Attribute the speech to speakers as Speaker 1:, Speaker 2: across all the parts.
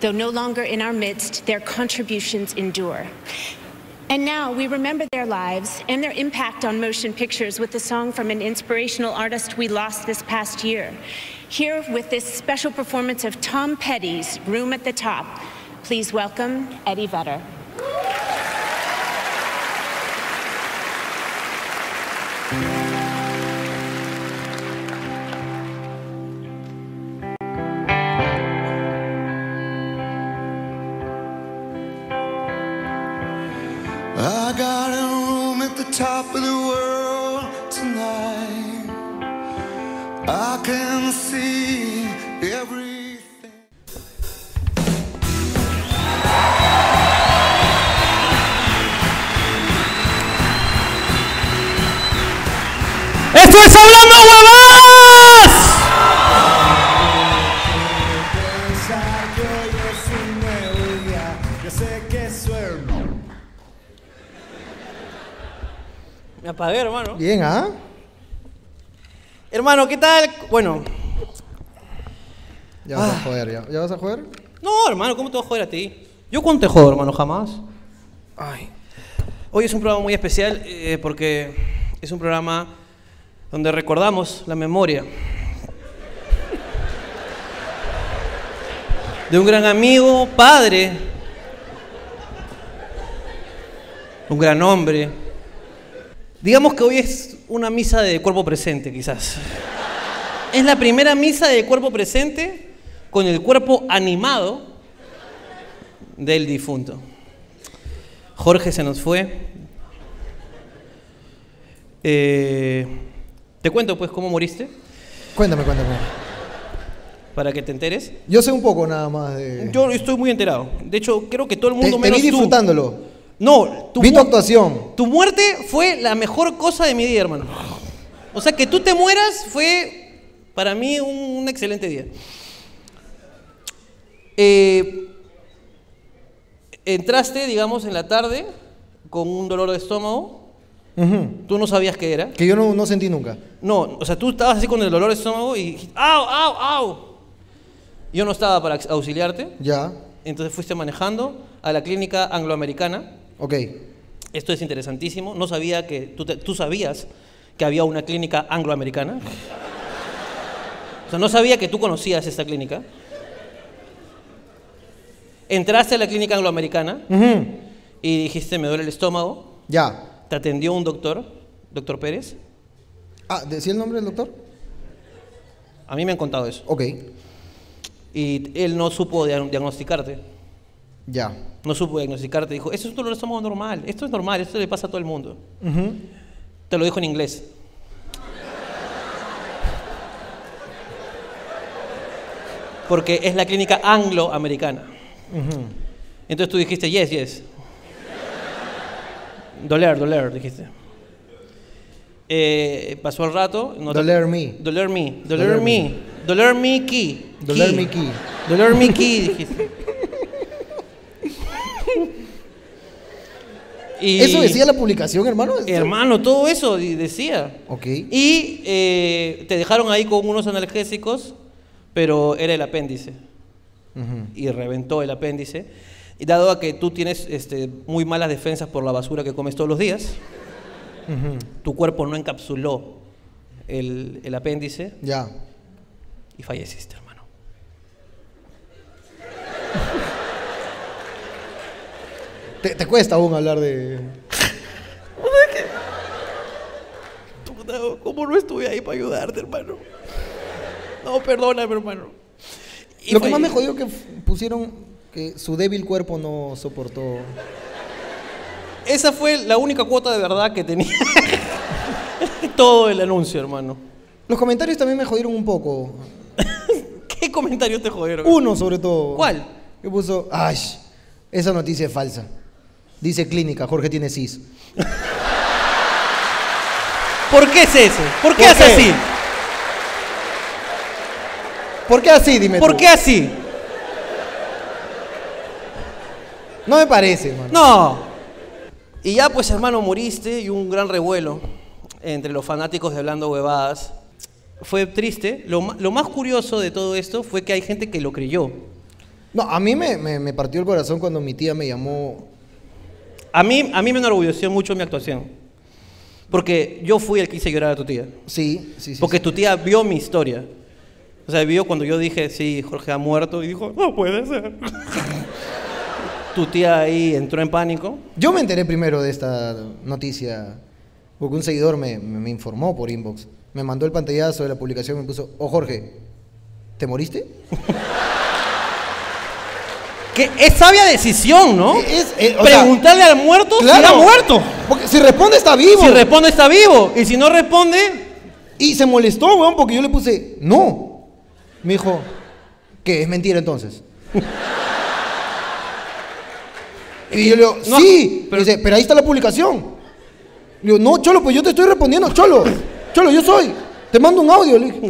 Speaker 1: Though no longer in our midst, their contributions endure. And now we remember their lives and their impact on motion pictures with a song from an inspirational artist we lost this past year. Here with this special performance of Tom Petty's Room at the Top, please welcome Eddie Vedder.
Speaker 2: I got a room at the top of the world tonight. I can see everything.
Speaker 3: ¡Esto es Hablando Huevadas!
Speaker 2: Pensar que hoy es un nuevo día. Yo sé que suena.
Speaker 4: Me apagué, hermano.
Speaker 5: Bien, ¿ah?
Speaker 4: Hermano, ¿qué tal? Bueno,
Speaker 5: Ya
Speaker 4: Ah.
Speaker 5: vas a joder, ya. ¿Ya vas a joder?
Speaker 4: no, hermano, ¿cómo te voy a joder a ti? Yo cuánto te jodo, hermano, jamás. Ay. Hoy es un programa muy especial eh, porque es un programa donde recordamos la memoria de un gran amigo, padre, un gran hombre. Digamos que hoy es una misa de cuerpo presente, quizás. Es la primera misa de cuerpo presente con el cuerpo animado del difunto. Jorge se nos fue. Eh, te cuento pues cómo moriste,
Speaker 5: Cuéntame, cuéntame.
Speaker 4: para que te enteres.
Speaker 5: Yo sé un poco nada más de.
Speaker 4: Yo estoy muy enterado. De hecho, creo que todo el
Speaker 5: te,
Speaker 4: mundo
Speaker 5: te
Speaker 4: menos
Speaker 5: vi
Speaker 4: tú.
Speaker 5: disfrutándolo.
Speaker 4: No, tu
Speaker 5: vi tu
Speaker 4: mu-
Speaker 5: actuación.
Speaker 4: Tu muerte fue la mejor cosa de mi día, hermano. O sea, que tú te mueras fue para mí un, un excelente día. Eh, entraste, digamos, en la tarde con un dolor de estómago.
Speaker 5: Ujú.
Speaker 4: Tú no sabías qué era.
Speaker 5: Que yo no, no sentí nunca.
Speaker 4: No, o sea, tú estabas así con el dolor de estómago y dijiste, ¡au, au, au! Yo no estaba para auxiliarte.
Speaker 5: Ya.
Speaker 4: Entonces fuiste manejando a la clínica angloamericana.
Speaker 5: Ok.
Speaker 4: Esto es interesantísimo. No sabía que tú, te- tú sabías que había una clínica angloamericana. O sea, no sabía que tú conocías esta clínica. Entraste a la clínica angloamericana
Speaker 5: Ujú.
Speaker 4: y dijiste, me duele el estómago.
Speaker 5: Ya.
Speaker 4: Te atendió un doctor, doctor Pérez.
Speaker 5: Ah, ¿decía el nombre del doctor?
Speaker 4: A mí me han contado eso.
Speaker 5: Ok.
Speaker 4: Y él no supo dia- diagnosticarte.
Speaker 5: Ya.
Speaker 4: No supo diagnosticarte. Dijo, eso es un dolor de estómago normal. Esto es normal, esto le pasa a todo el mundo.
Speaker 5: Ujú.
Speaker 4: Te lo dijo en inglés. Porque es la clínica angloamericana. Entonces tú dijiste, yes, yes. Doler, doler, dijiste. Eh, pasó el rato. no te-
Speaker 5: Doler me.
Speaker 4: Doler me. Doler,
Speaker 5: Doler
Speaker 4: me.
Speaker 5: me.
Speaker 4: Doler me key.
Speaker 5: Doler me key.
Speaker 4: Doler me key, dijiste. Y-
Speaker 5: ¿Eso decía la publicación, hermano?
Speaker 4: Hermano, todo eso di- decía.
Speaker 5: Ok.
Speaker 4: Y eh, te dejaron ahí con unos analgésicos, pero era el apéndice. Y reventó el apéndice. Y dado a que tú tienes este, muy malas defensas por la basura que comes todos los días, tu cuerpo no encapsuló el, el apéndice
Speaker 5: Ya.
Speaker 4: y falleciste, hermano.
Speaker 5: Te, te cuesta aún hablar de.
Speaker 4: Puta, ¿Cómo no estuve ahí para ayudarte, hermano? No, perdóname, hermano. Y
Speaker 5: Lo que más
Speaker 4: falle-
Speaker 5: me jodió que f- pusieron que su débil cuerpo no soportó.
Speaker 4: Esa fue la única cuota de verdad que tenía todo el anuncio, hermano.
Speaker 5: Los comentarios también me jodieron un poco.
Speaker 4: ¿Qué comentarios te jodieron?
Speaker 5: Uno sobre todo.
Speaker 4: ¿Cuál?
Speaker 5: Que puso, ay, esa noticia es falsa. Dice clínica, Jorge tiene cis.
Speaker 4: ¿Por qué es eso? ¿Por qué
Speaker 5: ¿Por
Speaker 4: hace
Speaker 5: qué?
Speaker 4: así?
Speaker 5: ¿Por qué así, dime
Speaker 4: ¿Por
Speaker 5: tú?
Speaker 4: qué así?
Speaker 5: No me parece, hermano.
Speaker 4: No. Y ya pues hermano moriste y un gran revuelo entre los fanáticos de Hablando Huevadas. Fue triste. Lo, ma- lo más curioso de todo esto fue que hay gente que lo creyó.
Speaker 5: No, a mí me, me- me partió el corazón cuando mi tía me llamó.
Speaker 4: A mí, a mí me enorgulleció mucho mi actuación. Porque yo fui el que hice llorar a tu tía.
Speaker 5: Sí, sí, sí.
Speaker 4: Porque
Speaker 5: sí.
Speaker 4: tu tía vio mi historia. O sea, vio cuando yo dije, sí, Jorge ha muerto, y dijo, no puede ser. tu tía ahí entró en pánico.
Speaker 5: Yo me enteré primero de esta noticia porque un seguidor me, me- me informó por inbox. Me mandó el pantallazo de la publicación y me puso, oh Jorge, ¿te moriste?
Speaker 4: Que es sabia decisión, ¿no?
Speaker 5: Es- eh, o sea,
Speaker 4: Preguntarle al muerto
Speaker 5: claro.
Speaker 4: si ha muerto.
Speaker 5: Porque si responde está vivo.
Speaker 4: Si responde está vivo. Y si no responde,
Speaker 5: y se molestó, weón, porque yo le puse, no. Me dijo, ¿qué? ¿Es mentira entonces? y yo le digo,
Speaker 4: No,
Speaker 5: sí.
Speaker 4: pero-
Speaker 5: Pero... Dice, pero ahí está la publicación. Le digo, no, Cholo, pues yo te estoy respondiendo, Cholo. Cholo, yo soy. Te mando un audio, le dije.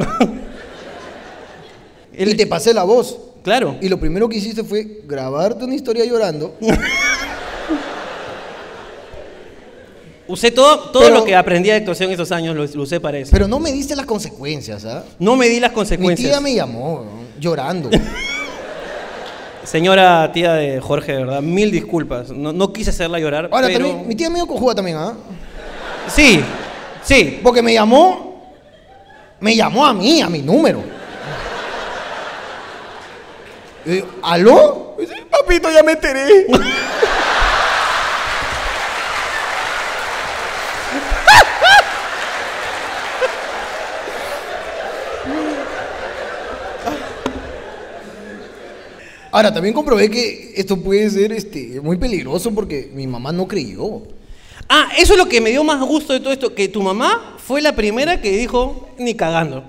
Speaker 4: él-
Speaker 5: Y te pasé la voz.
Speaker 4: claro.
Speaker 5: Y lo primero que hiciste fue grabarte una historia llorando.
Speaker 4: Usé todo, todo
Speaker 5: Pero-
Speaker 4: lo que aprendí de actuación esos años, lo, lo usé para eso.
Speaker 5: Pero no me diste las consecuencias, ¿ah?
Speaker 4: no me di las
Speaker 5: Mi
Speaker 4: consecuencias.
Speaker 5: tía me llamó weón, llorando.
Speaker 4: Señora tía de Jorge, de verdad, mil disculpas. No, no quise hacerla llorar,
Speaker 5: Ahora
Speaker 4: pero...
Speaker 5: también, mi tía medio cojuda también, ¿ah?
Speaker 4: Sí, sí.
Speaker 5: Porque me llamó, me llamó a mí, a mi número. Yo digo, ¿Aló? Y dice, Papito, ya me enteré. Ahora, también comprobé que esto puede ser este, muy peligroso porque mi mamá no creyó.
Speaker 4: Ah, eso es lo que me dio más gusto de todo esto, que tu mamá fue la primera que dijo, ni cagando.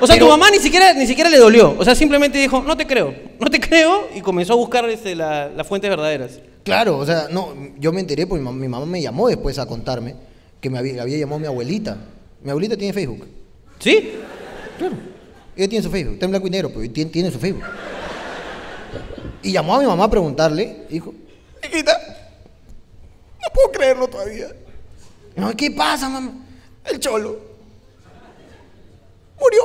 Speaker 4: O sea,
Speaker 5: Pero-
Speaker 4: tu mamá ni siquiera, ni siquiera le dolió. O sea, simplemente dijo, no te creo, no te creo, y comenzó a buscar este, la- las fuentes verdaderas.
Speaker 5: Claro, o sea, no, yo me enteré porque mi mam- mi mamá, me llamó después a contarme que me había, había llamado mi abuelita. Mi abuelita tiene Facebook.
Speaker 4: ¿Sí?
Speaker 5: Ella tiene su Facebook, está en blanco y negro, pero tiene, tiene su Facebook. Y llamó a mi mamá a preguntarle, y dijo, hijita, no puedo creerlo todavía. Mi mamá, ¿qué pasa, mamá? El cholo murió.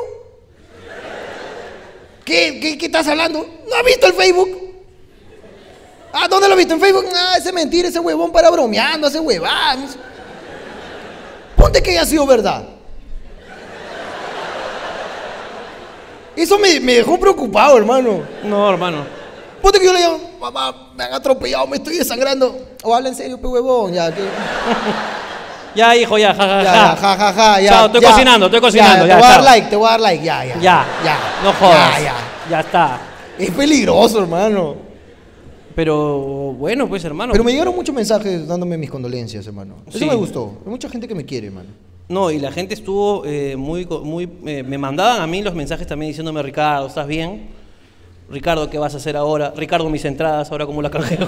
Speaker 5: ¿Qué, qué, qué estás hablando? ¿No has visto el Facebook? ¿Ah, dónde lo has visto? ¿En Facebook? Ah, ese mentira, ese huevón para bromeando, ese huevón. Ponte que haya sido verdad. Eso me, me dejó preocupado, hermano.
Speaker 4: No, hermano.
Speaker 5: Ponte que yo le llamo, mamá, me han atropellado, me estoy desangrando. O habla en serio, pe huevón, ya, que-
Speaker 4: Ya, hijo, ya, ja, ja,
Speaker 5: ya,
Speaker 4: ja.
Speaker 5: ya, ja, ja, ja, ya.
Speaker 4: Chao, estoy
Speaker 5: ya.
Speaker 4: cocinando, estoy cocinando,
Speaker 5: Ya,
Speaker 4: ya,
Speaker 5: te voy
Speaker 4: chao.
Speaker 5: a dar like, te voy a dar like, ya, ya.
Speaker 4: Ya,
Speaker 5: ya.
Speaker 4: no jodas.
Speaker 5: Ya, ya.
Speaker 4: ya está.
Speaker 5: Es peligroso, hermano.
Speaker 4: Pero bueno, pues hermano.
Speaker 5: Pero me llegaron muchos mensajes dándome mis condolencias, hermano. Eso
Speaker 4: Sí.
Speaker 5: me gustó. Hay mucha gente que me quiere, hermano.
Speaker 4: No, y la gente estuvo eh, muy... co- muy eh, me mandaban a mí los mensajes también diciéndome, Ricardo, ¿estás bien? Ricardo, ¿qué vas a hacer ahora? Ricardo, mis entradas, ahora cómo las canjeo.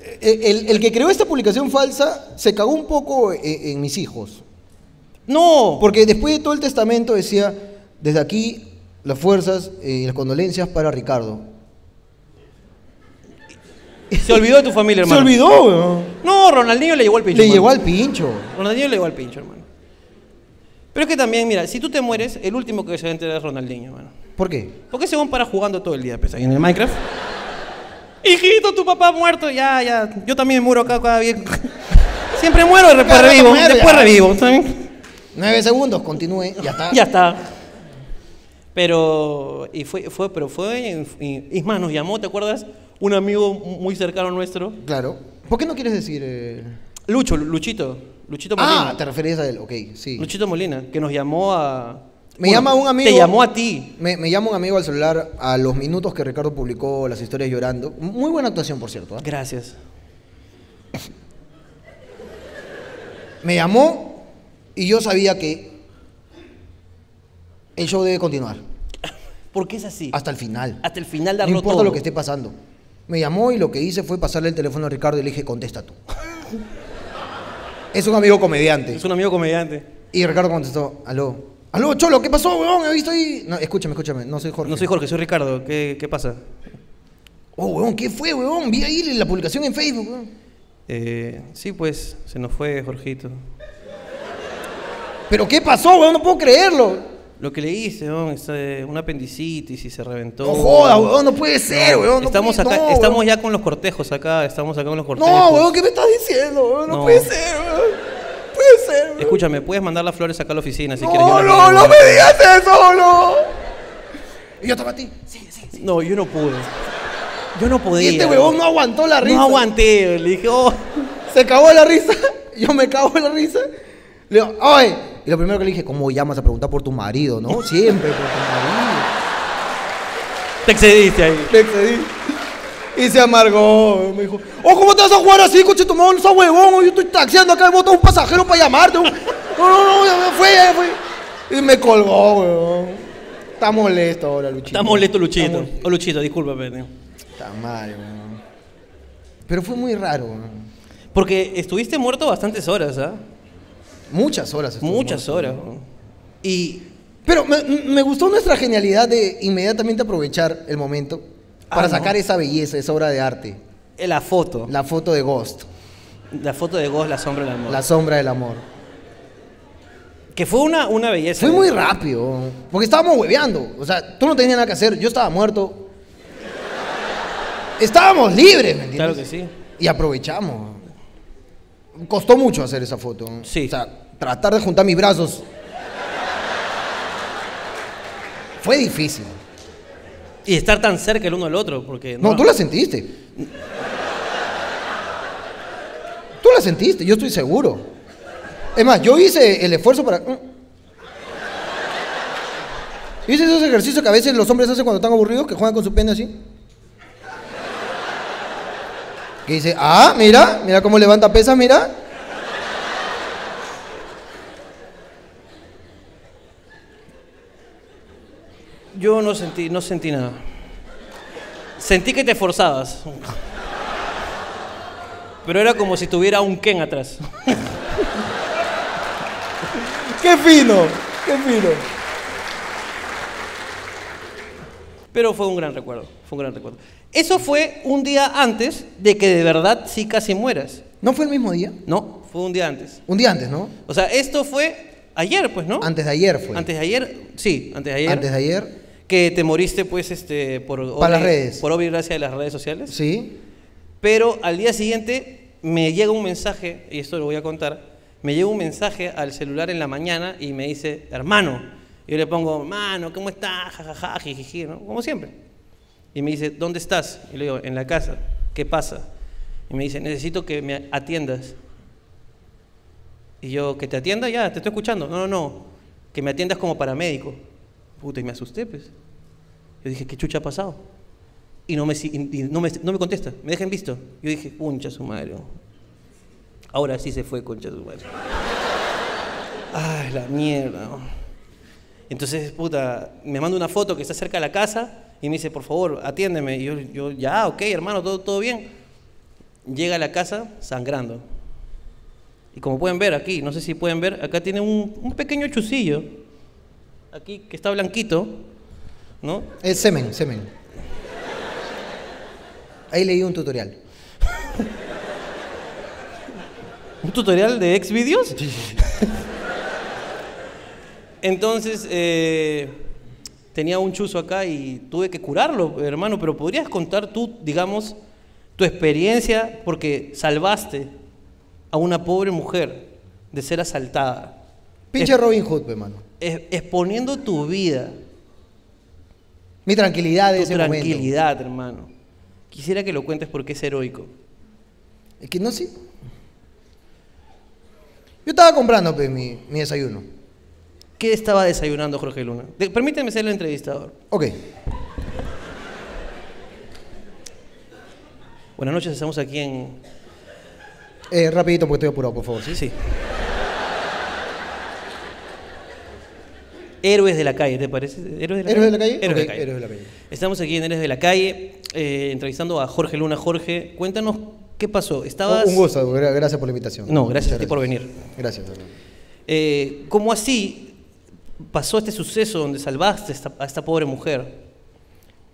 Speaker 5: El, Eh, el- el que creó esta publicación falsa se cagó un poco e- en mis hijos.
Speaker 4: No,
Speaker 5: Porque después de todo el testamento decía, desde aquí las fuerzas eh, y las condolencias para Ricardo.
Speaker 4: se olvidó de tu familia, hermano.
Speaker 5: Se olvidó, weón.
Speaker 4: No, Ronaldinho le llegó al pincho.
Speaker 5: Le
Speaker 4: hermano.
Speaker 5: llegó al pincho.
Speaker 4: Ronaldinho le llegó al pincho, hermano. Pero es que también, mira, si tú te mueres, el último que se va a enterar es Ronaldinho, hermano.
Speaker 5: ¿Por qué?
Speaker 4: ¿Por qué se van para jugando todo el día, pues, ahí en el Minecraft? Hijito, tu papá ha muerto. Ya, ya. Yo también muero acá cada vez. Siempre muero, después
Speaker 5: Cada rato
Speaker 4: revivo.
Speaker 5: muero,
Speaker 4: después
Speaker 5: ya.
Speaker 4: revivo. ¿saben?
Speaker 5: Nueve segundos, continúe, ya está.
Speaker 4: Ya está. Pero, y fue, fue, pero fue, y, y más, nos llamó, ¿te acuerdas? Un amigo muy cercano nuestro.
Speaker 5: Claro. ¿Por qué no quieres decir? eh?
Speaker 4: Lucho, Luchito. Luchito Molina.
Speaker 5: Ah, te referías a él, ok, sí.
Speaker 4: Luchito Molina, que nos llamó a...
Speaker 5: Me llama un amigo.
Speaker 4: Te llamó a ti.
Speaker 5: Me, me llama un amigo al celular a los minutos que Ricardo publicó las historias llorando. Muy buena actuación, por cierto. ¿ah?
Speaker 4: Gracias.
Speaker 5: Me llamó y yo sabía que el show debe continuar
Speaker 4: Porque es así. Hasta,
Speaker 5: hasta el final.
Speaker 4: el final
Speaker 5: No
Speaker 4: darlo
Speaker 5: importa
Speaker 4: todo.
Speaker 5: lo que esté pasando. Me llamó y lo que hice fue pasarle el teléfono a Ricardo y le dije, contesta tú. es un amigo comediante.
Speaker 4: Es un amigo comediante.
Speaker 5: Y Ricardo contestó, aló. Aló, Cholo, ¿qué pasó, weón? He visto ahí... No, escúchame, escúchame, no soy Jorge.
Speaker 4: No soy Jorge, soy Ricardo. ¿Qué, qué pasa?
Speaker 5: Oh, weón, ¿qué fue, weón? Vi ahí la publicación en Facebook, weón.
Speaker 4: Eh, sí, pues, se nos fue Jorgito.
Speaker 5: ¿Pero qué pasó, weón? No puedo creerlo.
Speaker 4: Lo que le hice, weón, es eh, una apendicitis y se reventó.
Speaker 5: No joda, weón, no puede ser, weón. no
Speaker 4: estamos
Speaker 5: puede-
Speaker 4: acá,
Speaker 5: no,
Speaker 4: estamos
Speaker 5: weón.
Speaker 4: ya con los cortejos acá, estamos acá con los cortejos.
Speaker 5: No, weón, ¿qué me estás diciendo? weón? No,
Speaker 4: No.
Speaker 5: puede ser, weón. No Puede ser, weón.
Speaker 4: Escúchame, puedes mandar las flores acá a la oficina si quieres.
Speaker 5: No,
Speaker 4: yo las
Speaker 5: no,
Speaker 4: mando.
Speaker 5: no me digas eso, no. Y yo estaba a ti.
Speaker 4: No, yo no pude. Yo no podía.
Speaker 5: Y este huevón no aguantó la risa.
Speaker 4: No aguanté. Le dije, oh.
Speaker 5: Se cagó la risa. Yo me cago en la risa. Le digo, ¡ay! Y lo primero que le dije, ¿cómo llamas a preguntar por tu marido, no? Siempre por tu marido.
Speaker 4: Te excediste ahí.
Speaker 5: Me excedí. Y se amargó. Me dijo, ¡oh, cómo te vas a jugar así, coche tu madre, No seas huevón. Yo estoy taxiando acá, he botado un pasajero para llamarte. No, no, no, ya fue, ya fue. Y me colgó, huevón. Está molesto ahora, Luchito.
Speaker 4: Está molesto Luchito.
Speaker 5: Está mol-
Speaker 4: Oh, Luchito, discúlpame. tío.
Speaker 5: Está mal, huevón. Pero fue muy raro, huevón.
Speaker 4: Porque estuviste muerto bastantes horas, ¿ah?
Speaker 5: Muchas horas. estuvo
Speaker 4: Muchas
Speaker 5: muerto.
Speaker 4: horas. weón. Y
Speaker 5: Pero me, me gustó nuestra genialidad de inmediatamente aprovechar el momento
Speaker 4: Ah,
Speaker 5: para
Speaker 4: ¿no?
Speaker 5: sacar esa belleza, esa obra de arte.
Speaker 4: la foto. La,
Speaker 5: La foto de Ghost,
Speaker 4: foto de Ghost, la sombra del amor.
Speaker 5: la sombra del amor.
Speaker 4: Que fue una, una belleza. eh.
Speaker 5: Fue muy rápido, porque estábamos hueveando. O sea, tú no tenías nada que hacer, yo estaba muerto. Estábamos libres, ¿me entiendes?
Speaker 4: Claro que sí.
Speaker 5: Y aprovechamos. Costó mucho hacer esa foto.
Speaker 4: Sí.
Speaker 5: O sea, tratar de juntar mis brazos. Fue difícil.
Speaker 4: Y estar tan cerca el uno al otro. Porque
Speaker 5: No, tú la sentiste. Tú la sentiste, yo estoy seguro. Es más, yo hice el esfuerzo para... Mm. Hice esos ejercicios que a veces los hombres hacen cuando están aburridos, que juegan con su pene así. Que dice, ah, mira, mira cómo levanta pesas, mira.
Speaker 4: Yo no sentí, no sentí nada. Sentí que te forzabas. Pero era como si tuviera un Ken atrás.
Speaker 5: ¡Qué fino! ¡Qué fino!
Speaker 4: Pero fue un gran recuerdo, fue un gran recuerdo. Eso fue un día antes de que de verdad sí casi mueras.
Speaker 5: ¿No fue el mismo día?
Speaker 4: No, fue un día antes.
Speaker 5: Un día antes, ¿no?
Speaker 4: O sea, esto fue ayer, pues, ¿no?
Speaker 5: Antes de ayer fue.
Speaker 4: Antes de ayer, sí, antes de ayer.
Speaker 5: Antes de ayer,
Speaker 4: Que te moriste, pues, este, por obra,
Speaker 5: las redes.
Speaker 4: Por obra y gracia de las redes sociales.
Speaker 5: sí.
Speaker 4: Pero al día siguiente me llega un mensaje, y esto lo voy a contar, me llega un mensaje al celular en la mañana y me dice, hermano, y yo le pongo, hermano, ¿cómo estás? Jajaja, jijiji, ¿no? Como siempre. Y me dice, ¿dónde estás? Y le digo, en la casa, ¿qué pasa? Y me dice, necesito que me atiendas. Y yo, que te atienda ya, te estoy escuchando. No, no, no, que me atiendas como paramédico. Puta, y me asusté, pues. Yo dije, ¿qué chucha ha pasado? Y no me, si- y no me, no me contesta, me dejan visto. Yo dije, concha su madre. Ahora sí se fue, concha su madre. Ay, la mierda. ¿no? Entonces, puta, me manda una foto que está cerca de la casa y me dice, por favor, atiéndeme. Y yo, yo ya, ok, hermano, todo, todo bien. Llega a la casa sangrando. Y como pueden ver aquí, no sé si pueden ver, acá tiene un, un pequeño chucillo. Aquí que está blanquito, ¿no?
Speaker 5: Es semen, semen. Ahí leí un tutorial.
Speaker 4: ¿Un tutorial de ex vídeos? Entonces, eh, tenía un chuzo acá y tuve que curarlo, hermano, pero podrías contar tú, digamos, tu experiencia porque salvaste a una pobre mujer de ser asaltada,
Speaker 5: Pinche Robin Hood, hermano.
Speaker 4: es- exponiendo tu vida,
Speaker 5: Mi tranquilidad de
Speaker 4: tu
Speaker 5: ese
Speaker 4: tranquilidad, hermano. Quisiera que lo cuentes porque es heroico.
Speaker 5: momento. Es que no sé. Yo estaba comprando pues, mi, mi desayuno.
Speaker 4: ¿Qué estaba desayunando Jorge Luna? De- permíteme ser el entrevistador.
Speaker 5: Ok.
Speaker 4: Buenas noches, estamos aquí en
Speaker 5: Eh, rapidito porque estoy apurado, por favor. ¿sí?
Speaker 4: Sí, sí. Héroes de la calle, ¿te parece? ¿Héroes
Speaker 5: ¿Héroes de la calle?
Speaker 4: Héroes de la
Speaker 5: Ok,
Speaker 4: calle.
Speaker 5: Héroes de la calle.
Speaker 4: Estamos aquí en Héroes de la calle, eh, entrevistando a Jorge Luna. Jorge, cuéntanos qué pasó. Estabas.
Speaker 5: Un gusto, gra- gracias por la invitación.
Speaker 4: No, gracias
Speaker 5: Muchas
Speaker 4: a ti por venir.
Speaker 5: Gracias. hermano.
Speaker 4: Eh, ¿Cómo así pasó este suceso donde salvaste a esta, a esta pobre mujer?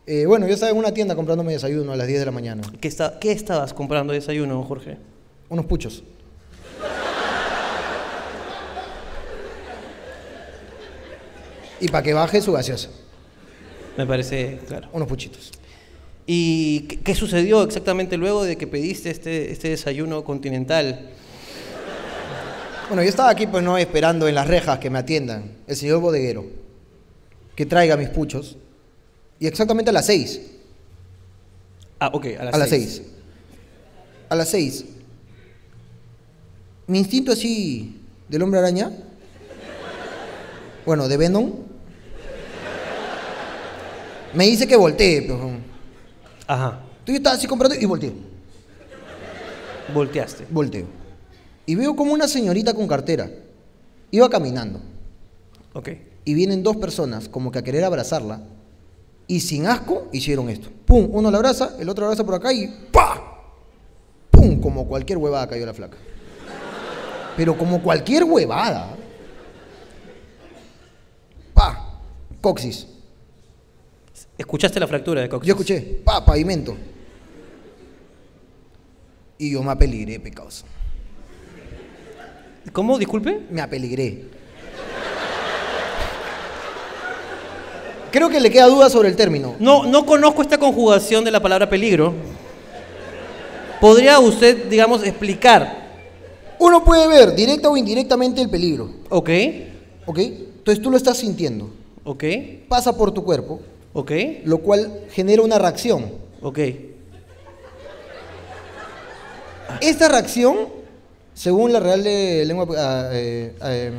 Speaker 5: Eh, bueno, yo estaba en una tienda comprando mi desayuno a las 10 de la mañana.
Speaker 4: ¿Qué, esta- qué estabas comprando de desayuno, Jorge?
Speaker 5: Unos puchos. Y para que baje su gaseosa.
Speaker 4: Me parece claro.
Speaker 5: Unos puchitos.
Speaker 4: ¿Y qué, qué sucedió exactamente luego de que pediste este, este desayuno continental?
Speaker 5: Bueno, yo estaba aquí, pues no, esperando en las rejas que me atiendan el señor bodeguero, que traiga mis puchos. Y exactamente a las seis,
Speaker 4: Ah, ok, a las,
Speaker 5: a las seis. A las seis. Mi instinto así del hombre araña, bueno, de Venom, me dice que voltee. Pero, entonces
Speaker 4: Ajá,
Speaker 5: yo estaba así comprando y volteo,
Speaker 4: volteaste.
Speaker 5: volteo. Y veo como una señorita con cartera iba caminando
Speaker 4: Ok.
Speaker 5: y vienen dos personas como que a querer abrazarla y sin asco hicieron esto. Pum, uno la abraza, el otro la abraza por acá y ¡pa! Pum, como cualquier huevada cayó la flaca. Pero como cualquier huevada. ¡Pa! Coxis.
Speaker 4: ¿Escuchaste la fractura de Cox?
Speaker 5: Yo escuché, pa, pavimento. Y yo me apeligré, pecados.
Speaker 4: ¿Cómo? Disculpe.
Speaker 5: Me apeligré. Creo que le queda duda sobre el término.
Speaker 4: No, no conozco esta conjugación de la palabra peligro. ¿Podría usted, digamos, explicar?
Speaker 5: Uno puede ver directa o indirectamente el peligro,
Speaker 4: Ok,
Speaker 5: ¿ok? Entonces tú lo estás sintiendo,
Speaker 4: ok,
Speaker 5: pasa por tu cuerpo,
Speaker 4: ok,
Speaker 5: lo cual genera una reacción.
Speaker 4: ok.
Speaker 5: Esta reacción, según la Real de Lengua... ah, eh, eh,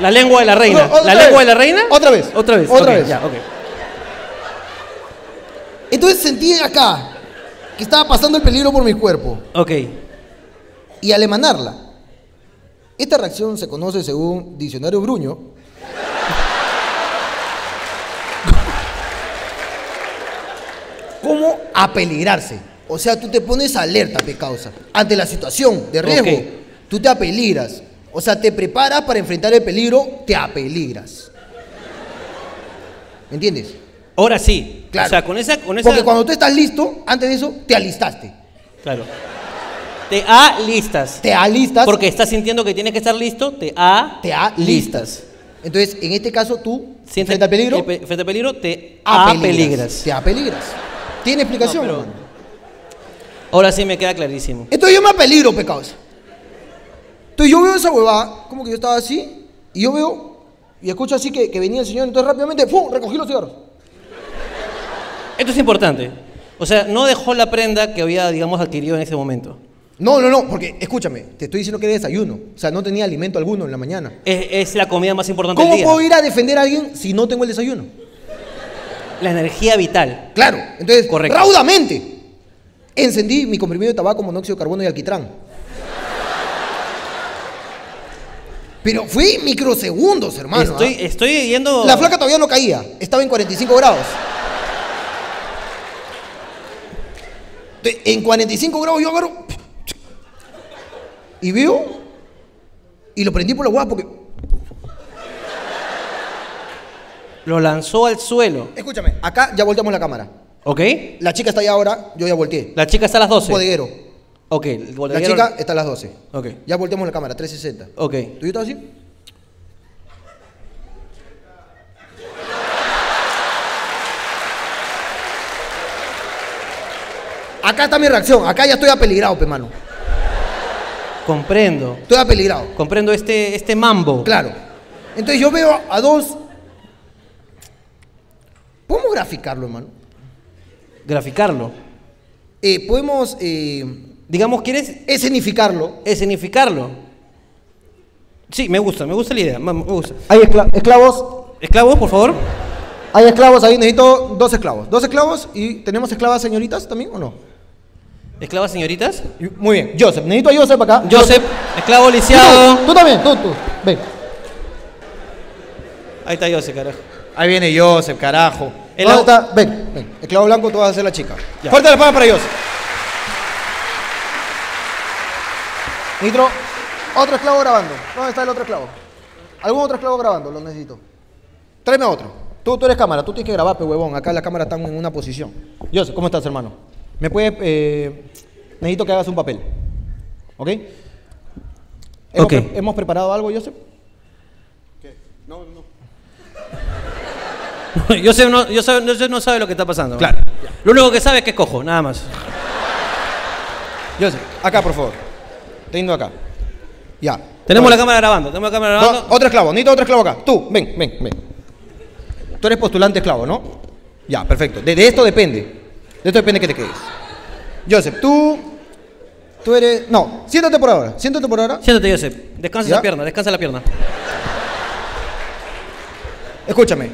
Speaker 4: La lengua de la reina.
Speaker 5: No,
Speaker 4: ¿La
Speaker 5: otra
Speaker 4: lengua
Speaker 5: vez.
Speaker 4: de la reina?
Speaker 5: Otra vez.
Speaker 4: Otra vez.
Speaker 5: Otra
Speaker 4: ok,
Speaker 5: vez.
Speaker 4: Ya, ok.
Speaker 5: entonces sentí acá que estaba pasando el peligro por mi cuerpo
Speaker 4: Ok.
Speaker 5: y al emanarla. Esta reacción se conoce según Diccionario Bruño. como apeligrarse. O sea, tú te pones alerta, pecausa. Ante la situación de riesgo,
Speaker 4: Ok.
Speaker 5: tú te apeligras. O sea, te preparas para enfrentar el peligro, te apeligras. ¿Me entiendes?
Speaker 4: Ahora sí.
Speaker 5: Claro.
Speaker 4: O sea, con esa. Con esa
Speaker 5: Porque cuando tú estás listo, antes de eso, te alistaste.
Speaker 4: Claro. Te A listas.
Speaker 5: Te alistas.
Speaker 4: Porque estás sintiendo que tienes que estar listo. Te A.
Speaker 5: te alistas. Entonces, en este caso, tú
Speaker 4: Sientes-
Speaker 5: frente al peligro,
Speaker 4: eh, pe- Frente al peligro, te A
Speaker 5: apeligras.
Speaker 4: peligras.
Speaker 5: Te apeligras. Tiene explicación.
Speaker 4: No, pero-
Speaker 5: hermano?
Speaker 4: Ahora sí me queda clarísimo.
Speaker 5: Entonces yo me apeligro, pecados. Entonces yo veo esa huevada, como que yo estaba así, y yo veo, y escucho así que, que venía el señor, entonces rápidamente, ¡fum! recogí los cigarros.
Speaker 4: Esto es importante. O sea, no dejó la prenda que había, digamos, adquirido en ese momento.
Speaker 5: No, no, no, porque escúchame, te estoy diciendo que era desayuno, o sea, no tenía alimento alguno en la mañana.
Speaker 4: Es, es la comida más importante
Speaker 5: ¿Cómo
Speaker 4: del día.
Speaker 5: puedo ir a defender a alguien si no tengo el desayuno?
Speaker 4: La energía vital.
Speaker 5: Claro, entonces,
Speaker 4: Correcto.
Speaker 5: raudamente, encendí mi comprimido de tabaco, monóxido de carbono y alquitrán. Pero fue microsegundos, hermano. ¿ah?
Speaker 4: estoy, estoy yendo.
Speaker 5: La flaca todavía no caía, estaba en 45 grados. Te- En 45 grados yo agarro y veo y lo prendí por la hueá porque,
Speaker 4: Lo lanzó al suelo.
Speaker 5: escúchame, acá ya volteamos la cámara.
Speaker 4: ¿Ok?
Speaker 5: La chica está allá ahora, yo ya volteé.
Speaker 4: La chica está a las 12.
Speaker 5: Bodeguero.
Speaker 4: Ok, el
Speaker 5: La
Speaker 4: bodeguero-
Speaker 5: chica está a las 12.
Speaker 4: Ok.
Speaker 5: Ya volteamos la cámara, 360.
Speaker 4: Ok.
Speaker 5: ¿Tú y yo estaba así? Acá está mi reacción. Acá ya estoy apeligrado, pe mano.
Speaker 4: Comprendo.
Speaker 5: Estoy apeligrado.
Speaker 4: Comprendo este, este mambo.
Speaker 5: Claro. Entonces yo veo a dos. ¿Podemos graficarlo, hermano?
Speaker 4: Graficarlo.
Speaker 5: Eh, ¿Podemos eh,
Speaker 4: Digamos, ¿quieres
Speaker 5: escenificarlo?
Speaker 4: escenificarlo? Sí, me gusta, me gusta la idea. ma- Me gusta.
Speaker 5: Hay esclavos.
Speaker 4: Esclavos, por favor.
Speaker 5: Hay esclavos ahí. Necesito dos esclavos. Dos esclavos y tenemos esclavas señoritas también o no?
Speaker 4: Esclavas, señoritas.
Speaker 5: Muy bien. Joseph. Necesito a Joseph acá.
Speaker 4: Joseph, esclavo lisiado.
Speaker 5: Tú también, tú, tú. Ven.
Speaker 4: Ahí está Joseph, carajo.
Speaker 5: Ahí viene Joseph, carajo.
Speaker 4: El au-
Speaker 5: ¿Dónde está? Ven, ven. El clavo blanco tú vas a ser la chica.
Speaker 4: Ya.
Speaker 5: Fuerte la palma para Joseph. Nitro, otro esclavo grabando. ¿Dónde está el otro esclavo? ¿Algún otro esclavo grabando? Lo necesito. Tráeme a otro. Tú, tú eres cámara, tú tienes que grabar, pe huevón. Acá la cámara está en una posición. Joseph, ¿cómo estás, hermano? ¿Me puedes...? eh, necesito que hagas un papel. ¿Ok? ¿Hemos,
Speaker 4: Ok.
Speaker 5: pre- ¿Hemos preparado algo, Joseph?
Speaker 4: yo, sé, no, yo, sé- yo sé- no sabe lo que está pasando. Claro. Lo único que sabe es que es cojo, nada más.
Speaker 5: Joseph, acá, por favor. Teniendo acá. Ya.
Speaker 4: Tenemos la
Speaker 5: Ahora,
Speaker 4: cámara grabando, tenemos la cámara
Speaker 5: to-
Speaker 4: grabando.
Speaker 5: Otro esclavo, necesito otro esclavo acá. Tú, ven, ven, ven. Tú eres postulante esclavo, ¿no? Ya, perfecto. De, de esto depende. De esto depende que te quedes. Joseph, tú. Tú eres. No, siéntate por ahora. Siéntate por ahora.
Speaker 4: Siéntate, Joseph. Descansa
Speaker 5: ¿Ya?
Speaker 4: esa pierna, descansa la pierna.
Speaker 5: Escúchame.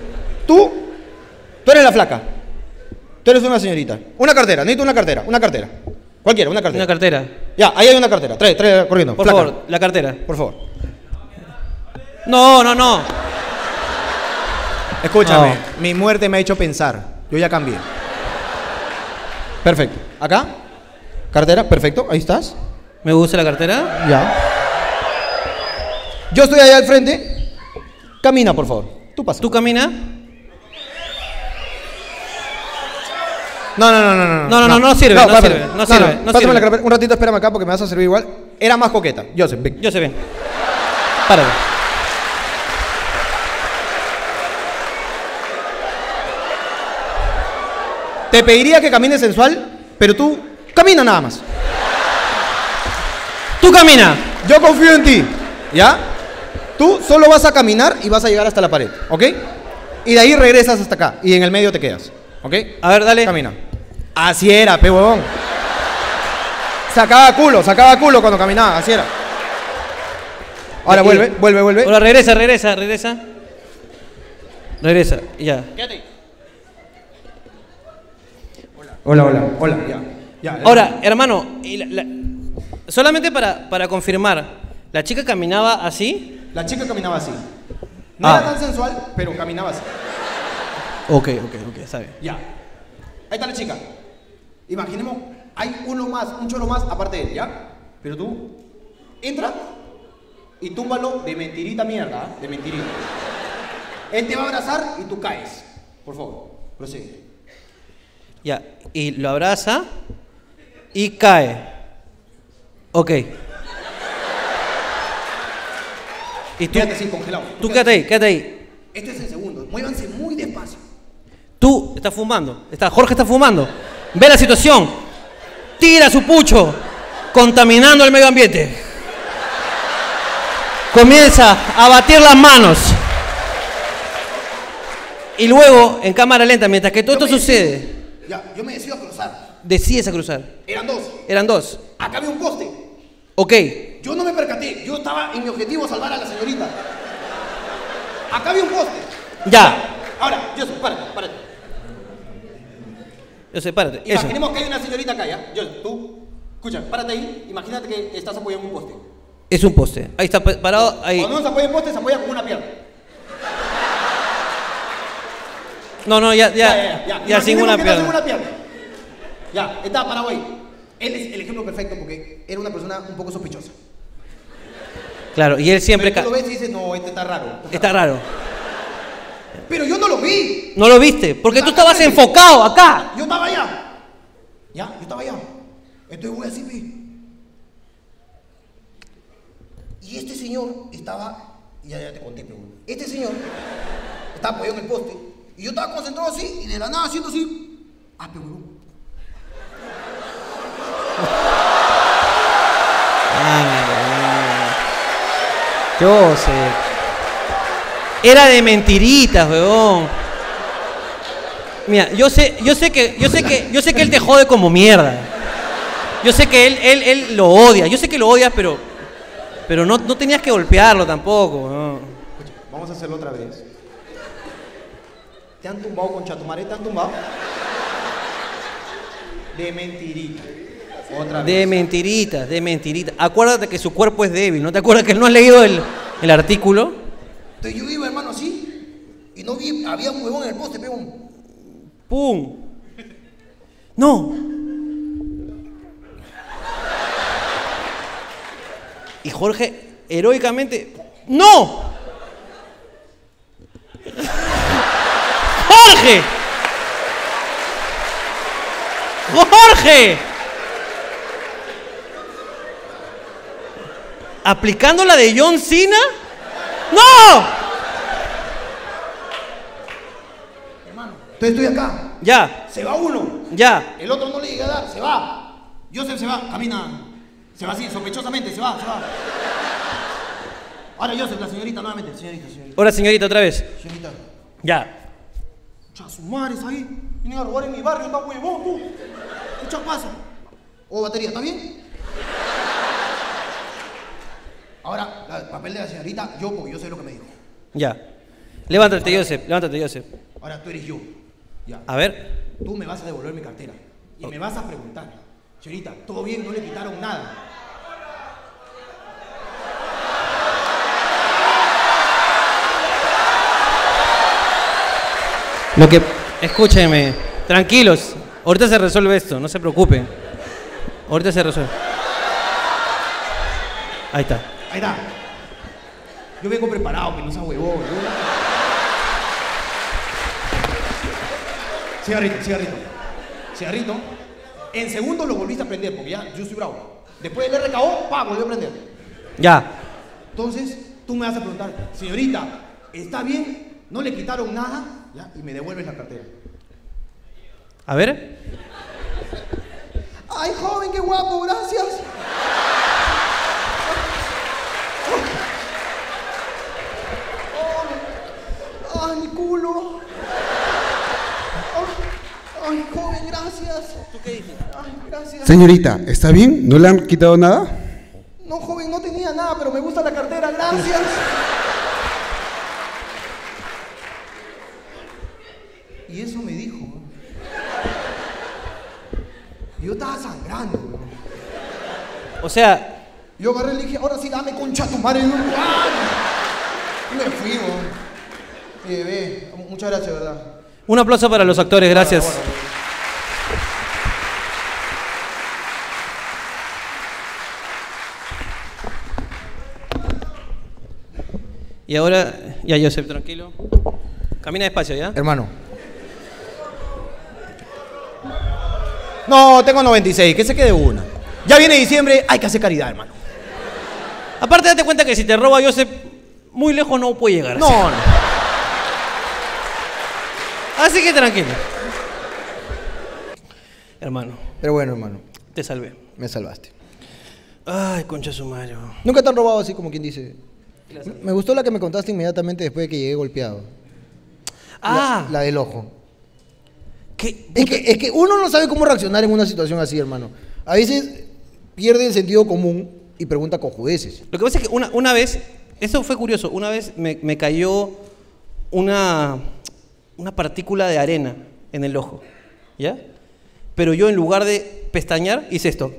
Speaker 5: Tú, tú eres la flaca. Tú eres una señorita. Una cartera, necesito una cartera, una cartera. Cualquiera, una cartera.
Speaker 4: Una cartera.
Speaker 5: ya, ahí hay una cartera. Trae, trae corriendo.
Speaker 4: Por
Speaker 5: flaca,
Speaker 4: favor, la cartera.
Speaker 5: Por favor.
Speaker 4: No, no, no.
Speaker 5: Escúchame.
Speaker 4: No.
Speaker 5: Mi muerte me ha hecho pensar. Yo ya cambié. Perfecto. Acá. Cartera, perfecto. Ahí estás.
Speaker 4: Me gusta la cartera.
Speaker 5: Ya. Yo estoy allá al frente. Camina, por favor. Tú pasa.
Speaker 4: ¿Tú camina?
Speaker 5: No, no, no, no, no.
Speaker 4: No, no, no, no sirve, no
Speaker 5: espérate.
Speaker 4: sirve, no sirve, no
Speaker 5: Pásame
Speaker 4: sirve.
Speaker 5: la carpeta. Un ratito, espérame acá porque me vas a servir igual. Era más coqueta. Joseph, ven.
Speaker 4: Joseph, ven. Párate.
Speaker 5: Te pediría que camines sensual, pero tú camina nada más.
Speaker 4: ¡Tú camina!
Speaker 5: Yo confío en ti. ¿Ya? Tú solo vas a caminar y vas a llegar hasta la pared, ¿ok? Y de ahí regresas hasta acá y en el medio te quedas, ¿ok?
Speaker 4: A ver, dale.
Speaker 5: Camina. Así era, pe huevón. Sacaba culo, sacaba culo cuando caminaba, así era. Ahora
Speaker 4: Y-
Speaker 5: vuelve, vuelve, vuelve.
Speaker 4: Ahora regresa, regresa, regresa. Regresa, ya.
Speaker 5: Hola, hola, hola. Ya, ya.
Speaker 4: Ahora, hermano, y la- la- solamente para, para confirmar, ¿la chica caminaba así?
Speaker 5: La chica caminaba así.
Speaker 4: No era tan
Speaker 5: sensual, pero caminaba así.
Speaker 4: Ok, ok, ok, está bien.
Speaker 5: Ya. Ahí está la chica. Imaginemos, hay uno más, un cholo más aparte de él, ¿ya? Pero tú, entra y túmbalo de mentirita mierda, ¿ah? de mentirita. Él te va a abrazar y tú caes. Por favor, prosigue.
Speaker 4: Ya, y lo abraza y cae. Ok. Y tú,
Speaker 5: Quédate así, congelado.
Speaker 4: tú quédate ahí, quédate ahí.
Speaker 5: Este es el segundo. Muévanse muy despacio.
Speaker 4: Tú estás fumando. Está, Jorge está fumando. Ve la situación. Tira su pucho. Contaminando el medio ambiente. Comienza a batir las manos. Y luego, en cámara lenta, mientras que todo esto sucede,
Speaker 5: Ya, yo me decido a cruzar.
Speaker 4: decides a cruzar.
Speaker 5: Eran dos.
Speaker 4: Eran dos.
Speaker 5: Acá había un poste.
Speaker 4: Ok.
Speaker 5: Yo no me percaté, yo estaba en mi objetivo salvar a la señorita. Acá había un poste.
Speaker 4: Ya.
Speaker 5: Ahora, Joseph, párate, párate.
Speaker 4: Yo sé, párate. Eso.
Speaker 5: Imaginemos que hay una señorita acá, ¿ya? Joseph, tú, escucha, párate ahí, imagínate que estás apoyando un poste.
Speaker 4: Es un poste. Ahí está pa- parado. Ahí.
Speaker 5: Cuando uno se apoya en poste, se apoya con una pierna.
Speaker 4: No, no, ya, ya. Ya
Speaker 5: Imaginemos
Speaker 4: sin una
Speaker 5: que estás en
Speaker 4: pierna.
Speaker 5: una pierna. Ya, está parado ahí. Él es el ejemplo perfecto porque era una persona un poco sospechosa.
Speaker 4: Claro, y él siempre.
Speaker 5: Pero tú
Speaker 4: ca-
Speaker 5: lo ves y dices, no, este está raro.
Speaker 4: Está raro.
Speaker 5: Pero yo no lo vi.
Speaker 4: No lo viste, porque tú estabas enfocado acá.
Speaker 5: Yo estaba allá. Ya, yo estaba allá. Entonces voy así, ve. Y este señor estaba. Ya, ya te conté, pero. bueno. Este señor estaba apoyado en el poste. Y yo estaba concentrado así, y de la nada haciendo así. Ah, pero huevón.
Speaker 4: Yo sé. Era de mentiritas, weón. Mira, yo sé, yo sé que, yo sé que, yo sé que él te jode como mierda. Yo sé que él, él, él lo odia. Yo sé que lo odias, pero, pero no, no tenías que golpearlo tampoco. weón.
Speaker 5: Vamos a hacerlo otra vez. Te han tumbado con chatumare, te han tumbado. De mentirita. Otra
Speaker 4: De mentiritas, de mentiritas. Acuérdate que su cuerpo es débil. ¿No te acuerdas que no has leído el, el artículo?
Speaker 5: Entonces yo iba, hermano, así. Y no vi, había un huevón en el poste, pero un-
Speaker 4: ¡Pum! ¡No! Y Jorge, heroicamente. ¡No! ¡Jorge! ¡Jorge! ¿Aplicando la de John Cena? ¡No!
Speaker 6: Entonces estoy acá.
Speaker 4: Ya,
Speaker 6: Se va uno.
Speaker 4: ya.
Speaker 6: El otro no le llega a dar. Se va. Joseph se va. Camina. Se va así, sospechosamente. Se va, se va. Ahora Joseph, la señorita, nuevamente. Señorita, señorita.
Speaker 4: Ahora, señorita, otra vez.
Speaker 6: Señorita.
Speaker 4: Ya.
Speaker 6: Cha, su madre es ahí. Vienen a robar en mi barrio, está huevón, tú. ¿Qué chas pasa? Oh, batería, ¿está bien? Ahora, la- el papel de la señorita, yo, porque yo sé lo que me dijo.
Speaker 4: Ya. Levántate, Joseph. Levántate, Joseph.
Speaker 6: Ahora tú eres yo. Ya.
Speaker 4: A ver.
Speaker 6: Tú me vas a devolver mi cartera. Y me vas a preguntar. Señorita, ¿todo bien? No le quitaron nada.
Speaker 4: Lo que. Escúchenme. Tranquilos. Ahorita se resuelve esto, no se preocupen. Ahorita se resuelve. Ahí está.
Speaker 6: Ahí está. Yo vengo preparado, que no sea huevón. ¿no? Cigarrito, cigarrito. Cigarrito. En segundos lo volviste a prender, porque ya yo soy bravo. Después del RKO, pa, volvió a prender.
Speaker 4: Ya.
Speaker 6: Entonces, tú me vas a preguntar, señorita, ¿está bien? ¿No le quitaron nada? ¿Ya? Y me devuelves la cartera.
Speaker 4: A ver.
Speaker 6: ¡Ay, joven, qué guapo, gracias! ¡Ay, mi culo! ¡Ay, joven, gracias! ¿Tú qué dijiste? ¡Ay, gracias!
Speaker 7: Señorita, ¿está bien? ¿No le han quitado nada?
Speaker 6: No, joven, no tenía nada, pero me gusta la cartera, gracias. Y eso me dijo. weón. Yo estaba sangrando, weón.
Speaker 4: O sea,
Speaker 6: Yo agarré y le dije, ahora sí dame concha a tu madre. Y yo, ¡ah! Y me fui, weón. Y bebé, muchas gracias, ¿verdad?
Speaker 4: un aplauso para los actores, gracias. Y ahora, ya Joseph, tranquilo. Camina despacio, ¿ya?
Speaker 6: Hermano. No, tengo 96, que se quede una. Ya viene diciembre, hay que hacer caridad, hermano.
Speaker 4: Aparte, date cuenta que si te roba Joseph, muy lejos no puede llegar. Así,
Speaker 6: No, no.
Speaker 4: así que tranquilo. Hermano,
Speaker 6: Pero bueno, hermano,
Speaker 4: te salvé.
Speaker 6: me salvaste.
Speaker 4: Ay, concha sumario.
Speaker 6: Nunca te han robado así como quien dice. Me gustó la que me contaste inmediatamente después de que llegué golpeado.
Speaker 4: Ah,
Speaker 6: La, la del ojo.
Speaker 4: qué
Speaker 6: Es que, es que uno no sabe cómo reaccionar en una situación así, hermano. A veces pierde el sentido común y pregunta con judeces.
Speaker 4: Lo que pasa es que una, una vez, eso fue curioso, una vez me, me cayó una, una partícula de arena en el ojo, ¿ya? Pero yo en lugar de pestañear, hice esto.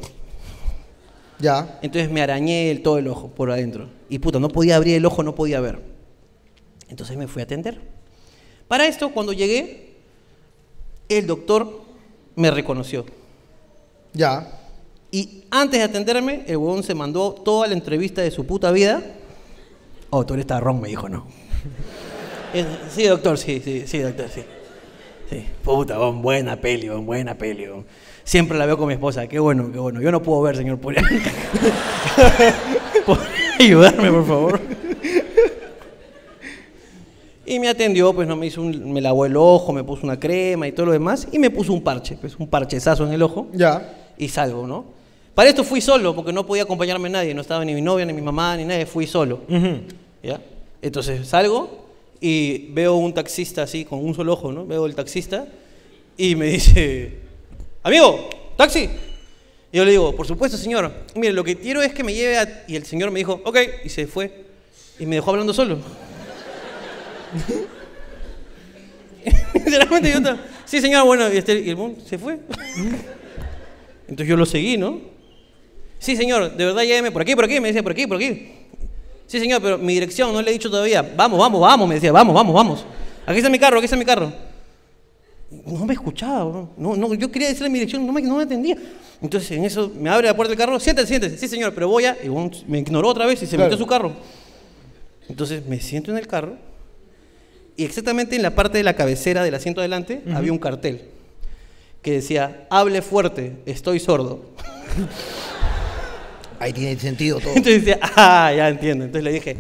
Speaker 6: Ya.
Speaker 4: Entonces me arañé el, todo el ojo por adentro. Y puta, no podía abrir el ojo, no podía ver. Entonces me fui a atender. Para esto, cuando llegué, el doctor me reconoció.
Speaker 6: Ya.
Speaker 4: Y antes de atenderme, el huevón se mandó toda la entrevista de su puta vida. Oh, tú eres tarrón, me dijo, no. Eh, sí, doctor, sí, sí, sí, doctor, sí. Sí, puta, huevón, buena peli, huevón, buena peli. huevón. Siempre la veo con mi esposa, qué bueno, qué bueno. Yo no puedo ver, señor Purian. ¿Podría ayudarme, por favor? Y me atendió, pues no me hizo un, me lavó el ojo, me puso una crema y todo lo demás, y me puso un parche, pues un parchezazo en el ojo
Speaker 6: Ya.
Speaker 4: y salgo, ¿no? Para esto fui solo, porque no podía acompañarme nadie, no estaba ni mi novia, ni mi mamá, ni nadie, fui solo. ¿ya? Entonces salgo y veo un taxista así, con un solo ojo, ¿no? Veo el taxista y me dice, amigo, taxi. Y yo le digo, por supuesto, señor, mire, lo que quiero es que me lleve a... Y el señor me dijo, ok, y se fue. Y me dejó hablando solo. Literalmente yo estaba, sí, señor, bueno, y, este- y el mon se fue. Entonces yo lo seguí, ¿no? Sí, señor, de verdad lléveme por aquí, por aquí, me decía, por aquí, por aquí. Sí, señor, pero mi dirección no le he dicho todavía. Vamos, vamos, vamos, me decía, vamos, vamos, vamos. Aquí está mi carro, aquí está mi carro. No me escuchaba, bro. no, no, yo quería decirle mi dirección, no me, no me atendía. Entonces en eso me abre la puerta del carro, siéntese, siéntese, sí, señor, pero voy a... Y bueno, me ignoró otra vez y se metió a su carro. Entonces me siento en el carro y exactamente en la parte de la cabecera del asiento adelante había un cartel que decía, hable fuerte, estoy sordo.
Speaker 5: Ahí tiene sentido todo.
Speaker 4: Entonces decía, ah, ya entiendo. Entonces le dije,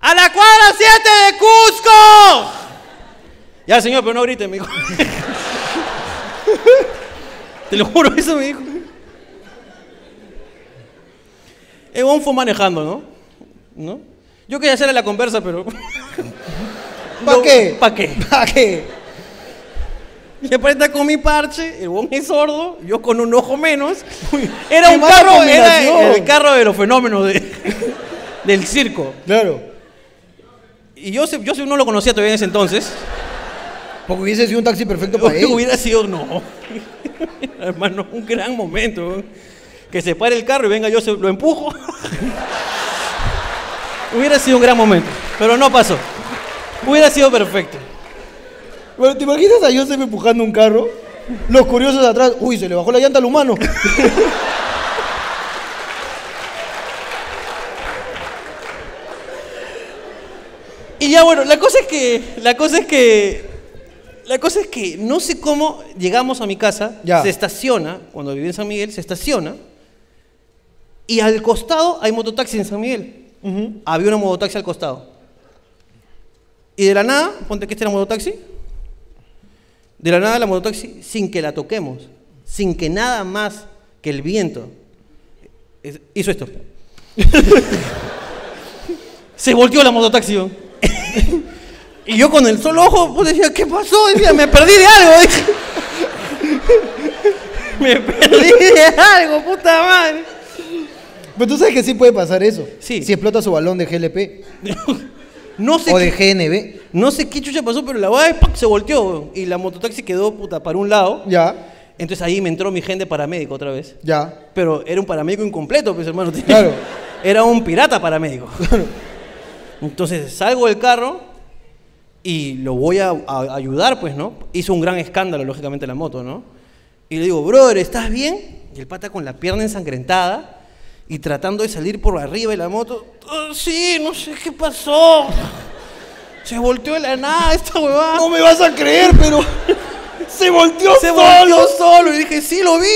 Speaker 4: ¡A la cuadra 7 de Cusco! Ya, señor, pero no grite, me dijo. Te lo juro, eso me dijo. El huevón fue manejando, ¿no? ¿No? Yo quería hacerle la conversa, pero.
Speaker 5: ¿Para
Speaker 4: No,
Speaker 5: qué?
Speaker 4: ¿pa' qué?
Speaker 5: ¿Para qué?
Speaker 4: Y después está con mi parche, el huevón es sordo, yo con un ojo menos. Era
Speaker 5: ¡Qué
Speaker 4: un
Speaker 5: mala
Speaker 4: carro, era
Speaker 5: combinación!
Speaker 4: el carro de los fenómenos de- del circo.
Speaker 5: Claro.
Speaker 4: Y yo, se- yo se- no lo conocía todavía en ese entonces.
Speaker 5: Porque hubiese sido un taxi perfecto para
Speaker 4: Hubiera
Speaker 5: él.
Speaker 4: hubiera sido, no. Hermano, un gran momento. weón. Que se pare el carro y venga, yo se, lo empujo. hubiera sido un gran momento, pero no pasó. Hubiera sido perfecto.
Speaker 5: Bueno, ¿te imaginas a Joseph empujando un carro? Los curiosos de atrás, uy, se le bajó la llanta al humano.
Speaker 4: Y ya bueno, la cosa es que. La cosa es que. La cosa es que no sé cómo llegamos a mi casa,
Speaker 5: Ya.
Speaker 4: se estaciona, cuando viví en San Miguel, se estaciona. Y al costado hay mototaxi en San Miguel. Había una mototaxi al costado. Y de la nada, ponte que este era mototaxi. De la nada la mototaxi, sin que la toquemos, sin que nada más que el viento, es- hizo esto. Se volteó la mototaxi. ¿no? y yo con el solo ojo pues, decía, ¿qué pasó? Decía, me perdí de algo. dije. me perdí de algo, puta madre.
Speaker 5: Pero tú sabes que sí puede pasar eso.
Speaker 4: Sí.
Speaker 5: Si explota su balón de GLP
Speaker 4: No sé,
Speaker 5: o
Speaker 4: qué,
Speaker 5: de GNB.
Speaker 4: no sé qué chucha pasó, pero la weá ¡pac! se volteó. weón. Y la mototaxi quedó puta para un lado.
Speaker 5: Ya,
Speaker 4: Entonces ahí me entró mi gente paramédico otra vez.
Speaker 5: ya.
Speaker 4: Pero era un paramédico incompleto, pues hermano. tenía-
Speaker 5: Claro.
Speaker 4: Era un pirata paramédico. Entonces salgo del carro y lo voy a, a ayudar, pues, ¿no? Hizo un gran escándalo, lógicamente, la moto, ¿no? Y le digo, brother, ¿estás bien? Y el pata con la pierna ensangrentada y tratando de salir por arriba de la moto. "Ah, sí, no sé qué pasó. Se volteó de la nada esta huevada.
Speaker 5: me vas a creer, pero se volteó
Speaker 4: se volteó solo y dije, sí, lo vi.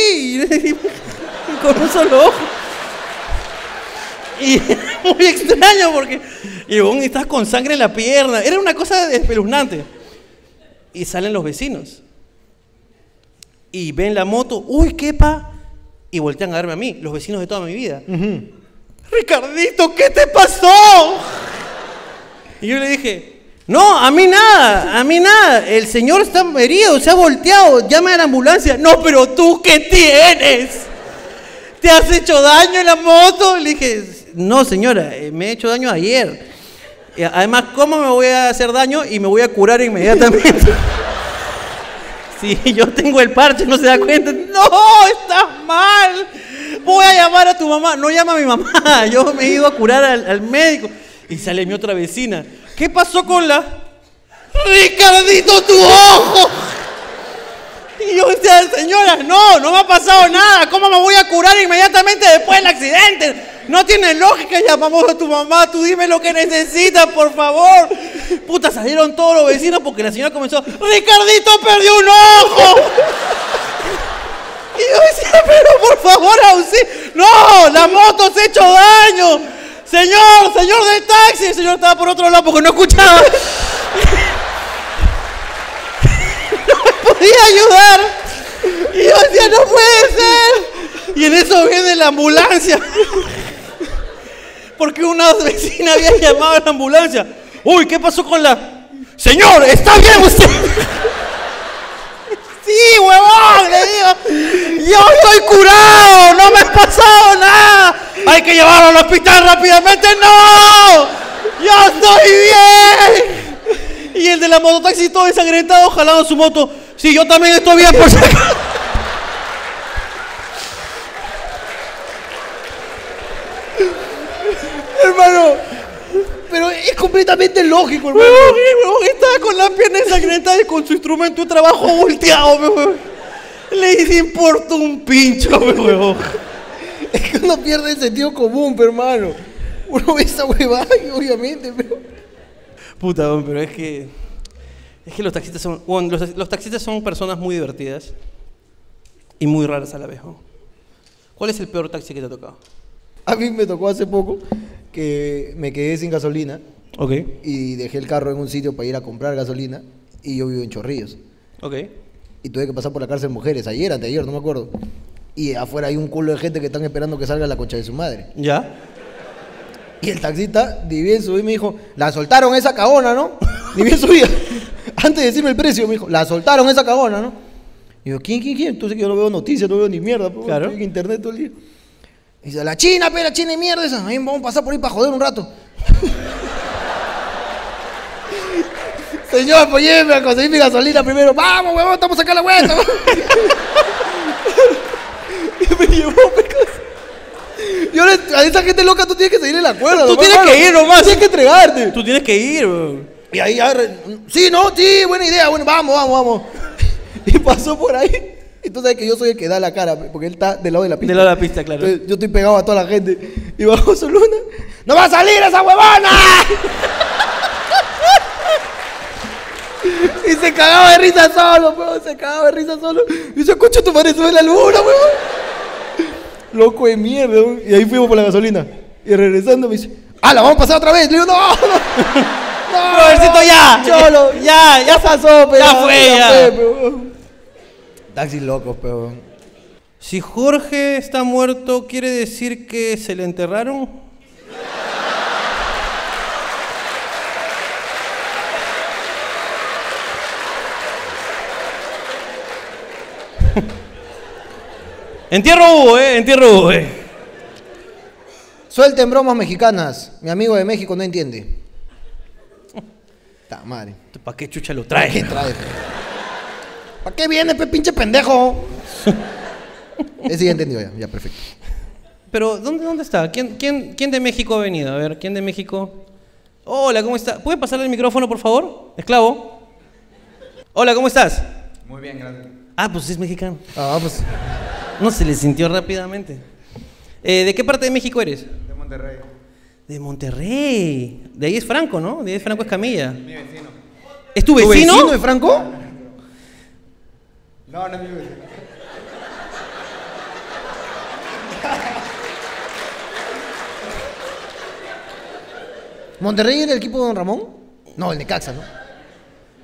Speaker 4: Y con un solo ojo. Y muy extraño porque, y vos estás con sangre en la pierna. Era una cosa espeluznante. Y salen los vecinos. Y ven la moto, uy, qué pa. Y voltean a verme a mí, los vecinos de toda mi vida. Ricardito, ¿qué te pasó? Y yo le dije, no, a mí nada, a mí nada. El señor está herido, se ha volteado, llame a la ambulancia. No, pero tú, ¿qué tienes? ¿Te has hecho daño en la moto? Le dije, no, señora, eh, me he hecho daño ayer. Eh, Además, ¿cómo me voy a hacer daño y me voy a curar inmediatamente? Si yo tengo el parche, no se da cuenta. No, estás mal. Voy a llamar a tu mamá. No llama a mi mamá. Yo me he ido a curar al, al médico. Y sale mi otra vecina. ¿Qué pasó con la... Ricardito, tu ojo. Y yo decía, señora, no, no me ha pasado nada. ¿Cómo me voy a curar inmediatamente después del accidente? No tiene lógica, llamamos a tu mamá, tú dime lo que necesitas, por favor. Puta, salieron todos los vecinos porque la señora comenzó, Ricardito perdió un ojo. Y yo decía, pero por favor, auxilio. No, la moto se ha hecho daño. Señor, señor del taxi. El señor estaba por otro lado porque no escuchaba. podía ayudar. Y yo decía, no puede ser. Y en eso viene la ambulancia. Porque una vecina había llamado a la ambulancia. Uy, ¿qué pasó con la... Señor, ¿está bien usted? Sí, huevón, le digo. Yo estoy curado, no me ha pasado nada. Hay que llevarlo al hospital rápidamente. No, yo estoy bien. Y el de la mototaxi todo ensangrentado, jalando su moto. Sí, yo también estoy bien por si acaso.
Speaker 5: Hermano, pero es completamente lógico, hermano.
Speaker 4: Huevón, eh, huevón, estaba con la pierna ensangrentada y con su instrumento de trabajo volteado, pe, huevón. Le importa un pincho, pe, huevón.
Speaker 5: Es que uno pierde el sentido común, pero, hermano. Uno ve esa huevada y obviamente, pero...
Speaker 4: Puta, huevón, pero es que. Es que los taxistas son. huevón, los, los taxistas son personas muy divertidas. Y muy raras a la vez, huevón. ¿Cuál es el peor taxi que te ha tocado?
Speaker 6: A mí me tocó hace poco que me quedé sin gasolina
Speaker 4: Ok.
Speaker 6: y dejé el carro en un sitio para ir a comprar gasolina y yo vivo en Chorrillos.
Speaker 4: Ok.
Speaker 6: Y tuve que pasar por la cárcel de mujeres, ayer, anteayer, no me acuerdo. Y afuera hay un culo de gente que están esperando que salga la concha de su madre.
Speaker 4: ¿Ya?
Speaker 6: Y el taxista, ni bien subí, me dijo, la soltaron esa cagona, ¿no? Ni bien subía. Antes de decirme el precio, me dijo, la soltaron esa cagona, ¿no? Y yo, ¿quién, quién, quién? Entonces que yo no veo noticias, no veo ni mierda, pues,
Speaker 4: Claro.
Speaker 6: estoy en internet todo el día. Y dice, la China, pero la China es mierda esa. Ahí vamos a pasar por ahí para joder un rato. Señor, apóyeme a conseguir mi gasolina primero. Vamos, huevón, estamos acá a la vuelta. y me llevó, pues, casi. Yo le- a esa gente loca tú tienes que seguir el acuerdo.
Speaker 4: Tú
Speaker 6: nomás,
Speaker 4: tienes
Speaker 6: mano.
Speaker 4: que ir nomás.
Speaker 6: Tienes que entregarte.
Speaker 4: Tú tienes que ir, bro.
Speaker 6: Y ahí ya, re- sí, no, sí, buena idea, bueno, vamos, vamos, vamos. Y pasó por ahí. Y tú sabes que yo soy el que da la cara, porque él está del lado de la pista.
Speaker 4: Del lado de la pista, claro.
Speaker 6: Entonces, yo estoy pegado a toda la gente. Y bajo su luna, ¡no va a salir esa huevona! y se cagaba de risa solo, weón, se cagaba de risa solo. Y yo, escucho tu madre, sube la luna, weón. Loco de mierda, weón. Y ahí fuimos por la gasolina. Y regresando me dice, ¡ah, la vamos a pasar otra vez! Le digo, ¡no! no". No,
Speaker 4: Robercito, ya.
Speaker 6: Cholo,
Speaker 4: Ya, ya
Speaker 6: pasó, pero.
Speaker 4: Ya fue, ya.
Speaker 6: Taxis locos, pero.
Speaker 4: Si Jorge está muerto, ¿quiere decir que se le enterraron? Entierro hubo, eh, entierro hubo, eh.
Speaker 6: Suelten bromas mexicanas. Mi amigo de México no entiende. Ta madre.
Speaker 4: ¿Para qué chucha lo
Speaker 6: ¿Para qué
Speaker 4: trae?
Speaker 6: traes? ¿Para qué viene, pe pinche pendejo? Ese ya entendió, ya, ya, perfecto.
Speaker 4: Pero, ¿dónde, dónde está? ¿Quién, quién, ¿Quién de México ha venido? A ver, ¿quién de México? Hola, ¿cómo está? ¿Puede pasarle el micrófono, por favor? Esclavo. Hola, ¿cómo estás?
Speaker 5: Muy bien, gracias.
Speaker 4: Ah, pues es mexicano.
Speaker 6: Ah, pues.
Speaker 4: No se le sintió rápidamente. Eh, ¿De qué parte de México eres?
Speaker 5: De Monterrey.
Speaker 4: De Monterrey. De ahí es Franco, ¿no? De ahí es Franco Escamilla.
Speaker 5: Mi vecino.
Speaker 4: ¿Es tu
Speaker 6: ¿Tu
Speaker 4: vecino?
Speaker 6: vecino de Franco?
Speaker 5: No, no es mi vecino.
Speaker 6: ¿Monterrey era el equipo de Don Ramón? No, el de Caxa, ¿no?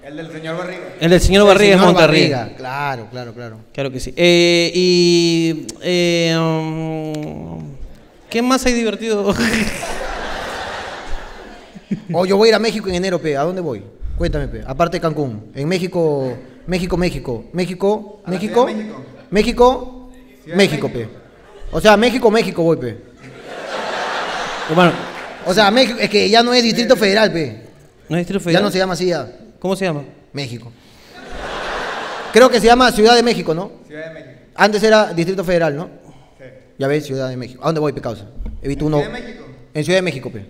Speaker 5: El del señor Barriga.
Speaker 4: El del señor Barriga
Speaker 6: El
Speaker 4: es
Speaker 6: señor
Speaker 4: Monterrey.
Speaker 6: Barriga, Claro, claro, claro.
Speaker 4: Claro que sí. Eh, y. eh, um, ¿Qué más hay divertido?
Speaker 6: O yo voy a ir a México en enero, pe. ¿A dónde voy? Cuéntame, pe. Aparte de Cancún. En México, México, México. México,
Speaker 5: A la
Speaker 6: México.
Speaker 5: Ciudad de México.
Speaker 6: México,
Speaker 5: Ciudad de
Speaker 6: México, pe.
Speaker 5: México.
Speaker 6: O sea, México, México voy, pe.
Speaker 4: bueno,
Speaker 6: O sea, México, es que ya no es Distrito Federal, pe.
Speaker 4: no es Distrito
Speaker 6: Ya
Speaker 4: Federal.
Speaker 6: no se llama así ya.
Speaker 4: ¿Cómo se llama?
Speaker 6: México. Creo que se llama Ciudad de México, ¿no?
Speaker 5: Ciudad de México.
Speaker 6: Antes era Distrito Federal, ¿no?
Speaker 5: Sí.
Speaker 6: Ya ves, Ciudad de México. ¿A dónde voy, pe, causa? He visto
Speaker 5: ¿En
Speaker 6: uno.
Speaker 5: Ciudad de México?
Speaker 6: En Ciudad de México, pe.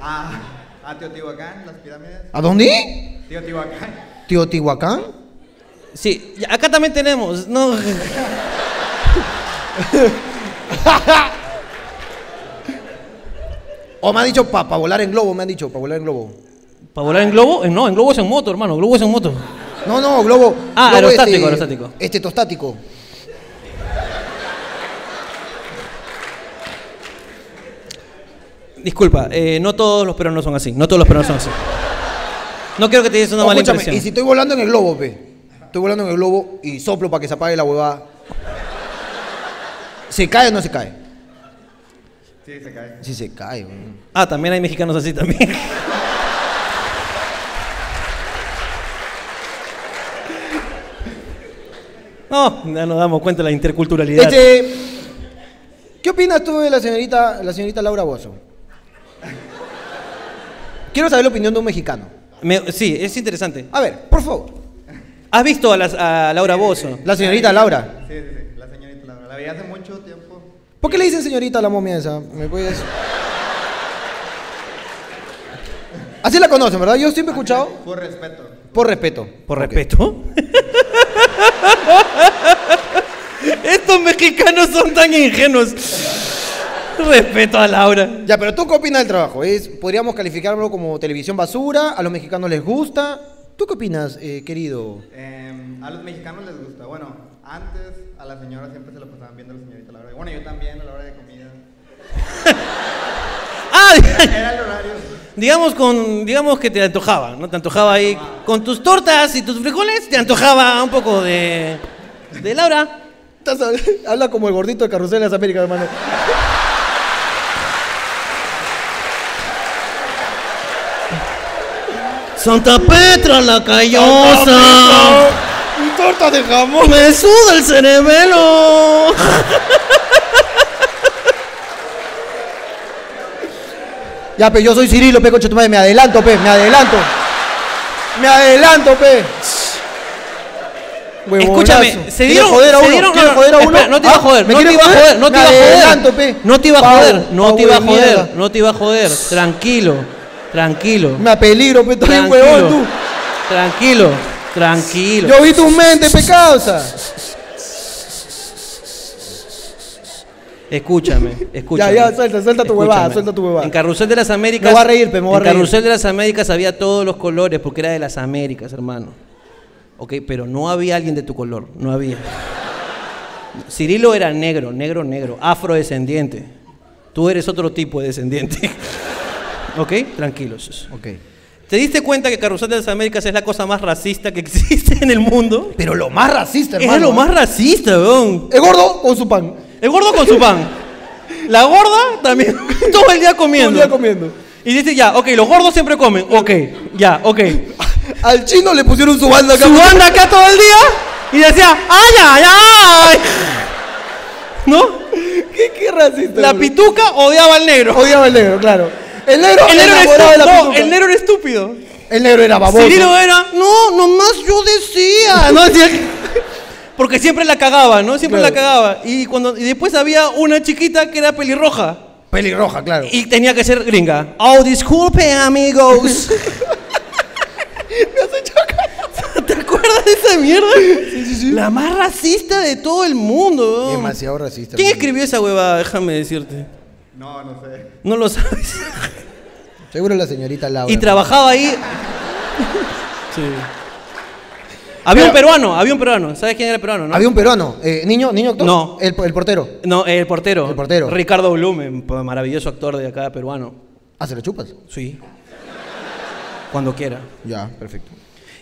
Speaker 5: Ah, a Teotihuacán, las pirámides.
Speaker 6: ¿A dónde?
Speaker 5: Teotihuacán.
Speaker 6: Teotihuacán.
Speaker 4: Sí, ya- acá también tenemos. No.
Speaker 6: O me han dicho para volar en globo, me han dicho, para volar en globo.
Speaker 4: ¿Para volar en globo? Eh, no, en globo es en moto, hermano. Globo es en moto.
Speaker 6: No, no, globo.
Speaker 4: Ah,
Speaker 6: globo
Speaker 4: aerostático, aerostático.
Speaker 6: Este tostático.
Speaker 4: Disculpa, eh, no todos los peruanos son así. No todos los peruanos son así. No quiero que te des una
Speaker 6: Oh,
Speaker 4: mala
Speaker 6: escúchame,
Speaker 4: impresión.
Speaker 6: y si estoy volando en el globo, pe. Estoy volando en el globo y soplo para que se apague la huevada. ¿Se cae o no se cae?
Speaker 5: Sí, se cae.
Speaker 6: Sí, se cae, weón.
Speaker 4: Ah, también hay mexicanos así también. No, ya nos damos cuenta de la interculturalidad.
Speaker 6: Este. ¿Qué opinas tú de la señorita, la señorita Laura Bozo? Quiero saber la opinión de un mexicano.
Speaker 4: Me- sí, es interesante.
Speaker 6: A ver, por favor.
Speaker 4: ¿Has visto a, las- a Laura Bozo?
Speaker 6: La
Speaker 5: Eh,
Speaker 6: señorita Laura.
Speaker 5: Sí, sí, sí. La señorita Laura. La vi hace mucho tiempo.
Speaker 6: ¿Por qué le dicen señorita a la momia esa? ¿Me puedes...? Así la conocen, ¿verdad? Yo siempre he escuchado...
Speaker 5: Por respeto.
Speaker 6: Por respeto.
Speaker 4: Por
Speaker 6: Ok.
Speaker 4: respeto. Estos mexicanos son tan ingenuos. Respeto a Laura.
Speaker 6: Ya, pero ¿tú qué opinas del trabajo? ¿Es, ¿Podríamos calificarlo como televisión basura? ¿A los mexicanos les gusta? ¿Tú qué opinas, eh, querido?
Speaker 5: Eh, a los mexicanos les gusta. Bueno, Antes a la señora siempre se lo pasaban viendo a la señorita Laura. Y Bueno, yo también a la hora de comida.
Speaker 4: Ah,
Speaker 5: Era el horario.
Speaker 4: digamos, con, digamos que te antojaba, ¿no? Te antojaba ahí con tus tortas y tus frijoles, te antojaba un poco de, de Laura.
Speaker 6: Estás hab- Habla como el gordito de Carrusel de las Américas, hermano.
Speaker 4: Santa Petra la callosa.
Speaker 6: ¡Un torta de jamón!
Speaker 4: Me suda el cerebelo.
Speaker 6: Ya, pe, yo soy Cirilo, pe, concha tu madre. Me adelanto, pe, me adelanto. Me adelanto, pe.
Speaker 4: Escúchame, se dieron,
Speaker 6: joder a
Speaker 4: se
Speaker 6: uno?
Speaker 4: dieron-
Speaker 6: ¿Quieres
Speaker 4: no, no,
Speaker 6: joder a uno?
Speaker 4: espera, no te iba a
Speaker 6: ¿Ah?
Speaker 4: joder,
Speaker 6: ¿Me
Speaker 4: no te
Speaker 6: quieres
Speaker 4: iba a joder, no te
Speaker 6: Me
Speaker 4: iba a
Speaker 6: adelanto,
Speaker 4: joder,
Speaker 6: pe.
Speaker 4: no te iba a
Speaker 6: Pavo,
Speaker 4: joder, no
Speaker 6: pavo
Speaker 4: te iba a
Speaker 6: de
Speaker 4: joder,
Speaker 6: mierda.
Speaker 4: no te iba a joder, tranquilo, tranquilo,
Speaker 6: Me apeligro, pe, tú eres un huevón,
Speaker 4: tranquilo,
Speaker 6: tú.
Speaker 4: tranquilo, tranquilo.
Speaker 6: Yo vi tu mente, pe, causa.
Speaker 4: Escúchame, escúchame.
Speaker 6: Ya, ya, suelta, suelta tu huevada, suelta tu huevada.
Speaker 4: En Carrusel de las Américas.
Speaker 6: Me voy a reír, pe, me voy a
Speaker 4: En
Speaker 6: reír.
Speaker 4: Carrusel de las Américas había todos los colores porque era de las Américas, hermano. Ok, pero no había alguien de tu color, no había. Cirilo era negro, negro, negro, afrodescendiente. Tú eres otro tipo de descendiente. ok, tranquilos.
Speaker 6: Ok.
Speaker 4: ¿Te diste cuenta que Carrusel de las Américas es la cosa más racista que existe en el mundo?
Speaker 6: Pero lo más racista, hermano.
Speaker 4: Es lo
Speaker 6: ¿eh?
Speaker 4: más racista, weón.
Speaker 6: El gordo con su pan.
Speaker 4: El gordo con su pan. La gorda también. Todo el día comiendo.
Speaker 6: Todo el día comiendo.
Speaker 4: Y dice ya, ok, los gordos siempre comen. Ok, ya, ok.
Speaker 6: Al chino le pusieron su banda acá.
Speaker 4: Su banda acá todo el día y decía, ay, ay, ay. ¿No?
Speaker 6: ¿Qué, qué racista?
Speaker 4: La
Speaker 6: bro?
Speaker 4: pituca odiaba al negro.
Speaker 6: Odiaba el negro, claro. El negro
Speaker 4: El negro, era
Speaker 6: enamorado de la
Speaker 4: estúpido.
Speaker 6: pituca.
Speaker 4: el negro era estúpido.
Speaker 6: El negro era baboso.
Speaker 4: Cirilo era, no, nomás yo decía. ¿no? Decía que- Porque siempre la cagaba, ¿no? Siempre
Speaker 6: Claro.
Speaker 4: la cagaba. Y, cuando, y después había una chiquita que era pelirroja.
Speaker 6: Pelirroja, claro.
Speaker 4: Y tenía que ser gringa. Oh, disculpe, amigos. ¿Te acuerdas de esa mierda? La más racista de todo el mundo. weón.
Speaker 6: Demasiado racista.
Speaker 4: ¿Quién
Speaker 6: hermano.
Speaker 4: escribió esa huevada? Déjame decirte.
Speaker 5: No, no sé.
Speaker 4: No lo sabes.
Speaker 6: Seguro la señorita Laura.
Speaker 4: Y trabajaba ahí. Sí. Había un peruano, había un peruano. ¿Sabes quién era el peruano? No,
Speaker 6: Había un peruano. Eh, ¿Niño? ¿Niño actor?
Speaker 4: No.
Speaker 6: El, el portero.
Speaker 4: No, el portero.
Speaker 6: El portero.
Speaker 4: Ricardo Blumen, pa- maravilloso actor de acá peruano.
Speaker 6: Ah, ¿se lo chupas?
Speaker 4: Sí. Cuando quiera.
Speaker 6: Ya, perfecto.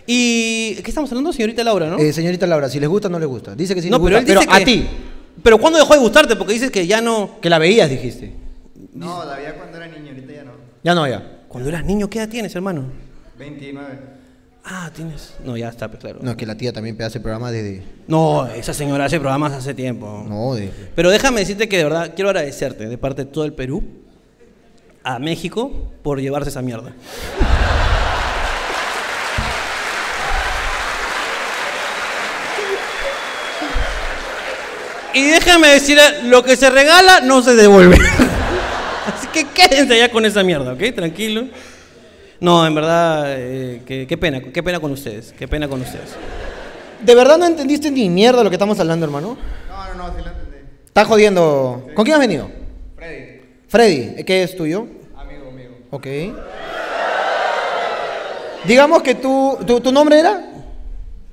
Speaker 4: ¿Y qué estamos hablando, señorita Laura, no?
Speaker 6: Eh, señorita Laura, si les gusta o no les gusta. Dice que sí
Speaker 4: no,
Speaker 6: les gusta.
Speaker 4: pero él dice
Speaker 6: pero
Speaker 4: que-
Speaker 6: a ti.
Speaker 4: Pero ¿cuándo dejó de gustarte? Porque dices que ya no.
Speaker 6: Que la veías, dijiste.
Speaker 5: No, la veía cuando era niño, ahorita ya no.
Speaker 6: Ya no, ya.
Speaker 4: Cuando eras niño, ¿qué edad tienes, hermano?
Speaker 5: 29.
Speaker 4: Ah, tienes. No, ya está, pues, claro.
Speaker 6: No, es que la tía también hace programa desde...
Speaker 4: No, esa señora hace programas hace tiempo.
Speaker 6: No, de...
Speaker 4: Pero déjame decirte que de verdad quiero agradecerte de parte de todo el Perú a México por llevarse esa mierda. Y déjame decir, lo que se regala no se devuelve. Así que quédense allá con esa mierda, ¿ok? Tranquilo. No, en verdad, eh, qué, qué pena, qué pena con ustedes, qué pena con ustedes.
Speaker 6: ¿De verdad no entendiste ni mierda lo que estamos hablando, hermano?
Speaker 5: No, no, no, sí lo entendí.
Speaker 6: Estás jodiendo. ¿Con quién has venido?
Speaker 5: Freddy,
Speaker 6: Freddy, ¿eh, ¿qué es tuyo?
Speaker 5: amigo mío.
Speaker 6: Ok. Digamos que tú, tú- ¿Tu nombre era?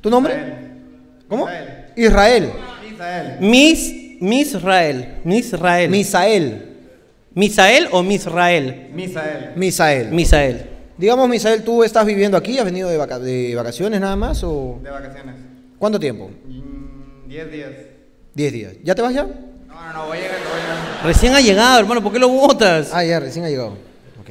Speaker 6: ¿Tu nombre?
Speaker 5: Israel.
Speaker 6: ¿Cómo?
Speaker 5: Israel.
Speaker 6: Israel.
Speaker 5: Israel.
Speaker 4: Miss, Misrael, Misrael.
Speaker 6: Misael.
Speaker 4: ¿Misael o Misrael?
Speaker 5: Misael.
Speaker 6: Misael.
Speaker 4: Misael.
Speaker 6: Digamos, Misael, ¿tú estás viviendo aquí? ¿Has venido de, vaca- de vacaciones nada más? o
Speaker 5: De vacaciones.
Speaker 6: ¿Cuánto tiempo?
Speaker 5: 10 días.
Speaker 6: Diez días. ¿Ya te vas ya?
Speaker 5: No, no, no, voy a llegar, voy a llegar.
Speaker 4: Recién ha llegado, hermano, ¿por qué lo votas?
Speaker 6: Ah, ya, recién ha llegado. Ok.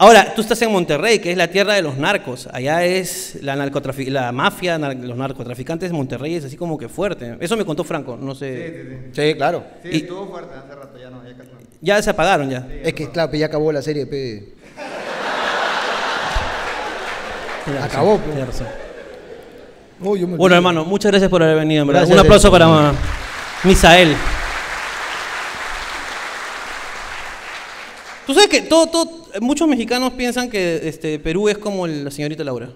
Speaker 4: Ahora, tú estás en Monterrey, que es la tierra de los narcos. Allá es la, narcotrafi- la mafia, nar- los narcotraficantes de Monterrey es así como que fuerte. Eso me contó Franco, no
Speaker 5: Sí,
Speaker 4: sé.
Speaker 5: sí, sí.
Speaker 6: Sí, claro.
Speaker 5: Sí,
Speaker 4: Y-
Speaker 5: estuvo fuerte hace rato, ya no, ya casi no.
Speaker 4: Ya se apagaron ya.
Speaker 6: Es que, claro, pues ya acabó la serie, pe.
Speaker 4: Tienes razón,
Speaker 6: Acabó, pues.
Speaker 4: tienes razón.
Speaker 6: No, yo me
Speaker 4: Bueno, hermano, muchas gracias por haber venido, en verdad.
Speaker 6: Gracias
Speaker 4: Un
Speaker 6: a ti.
Speaker 4: aplauso para ma- Misael. Tú sabes que todo, todo- muchos mexicanos piensan que este, Perú es como el- la señorita Laura.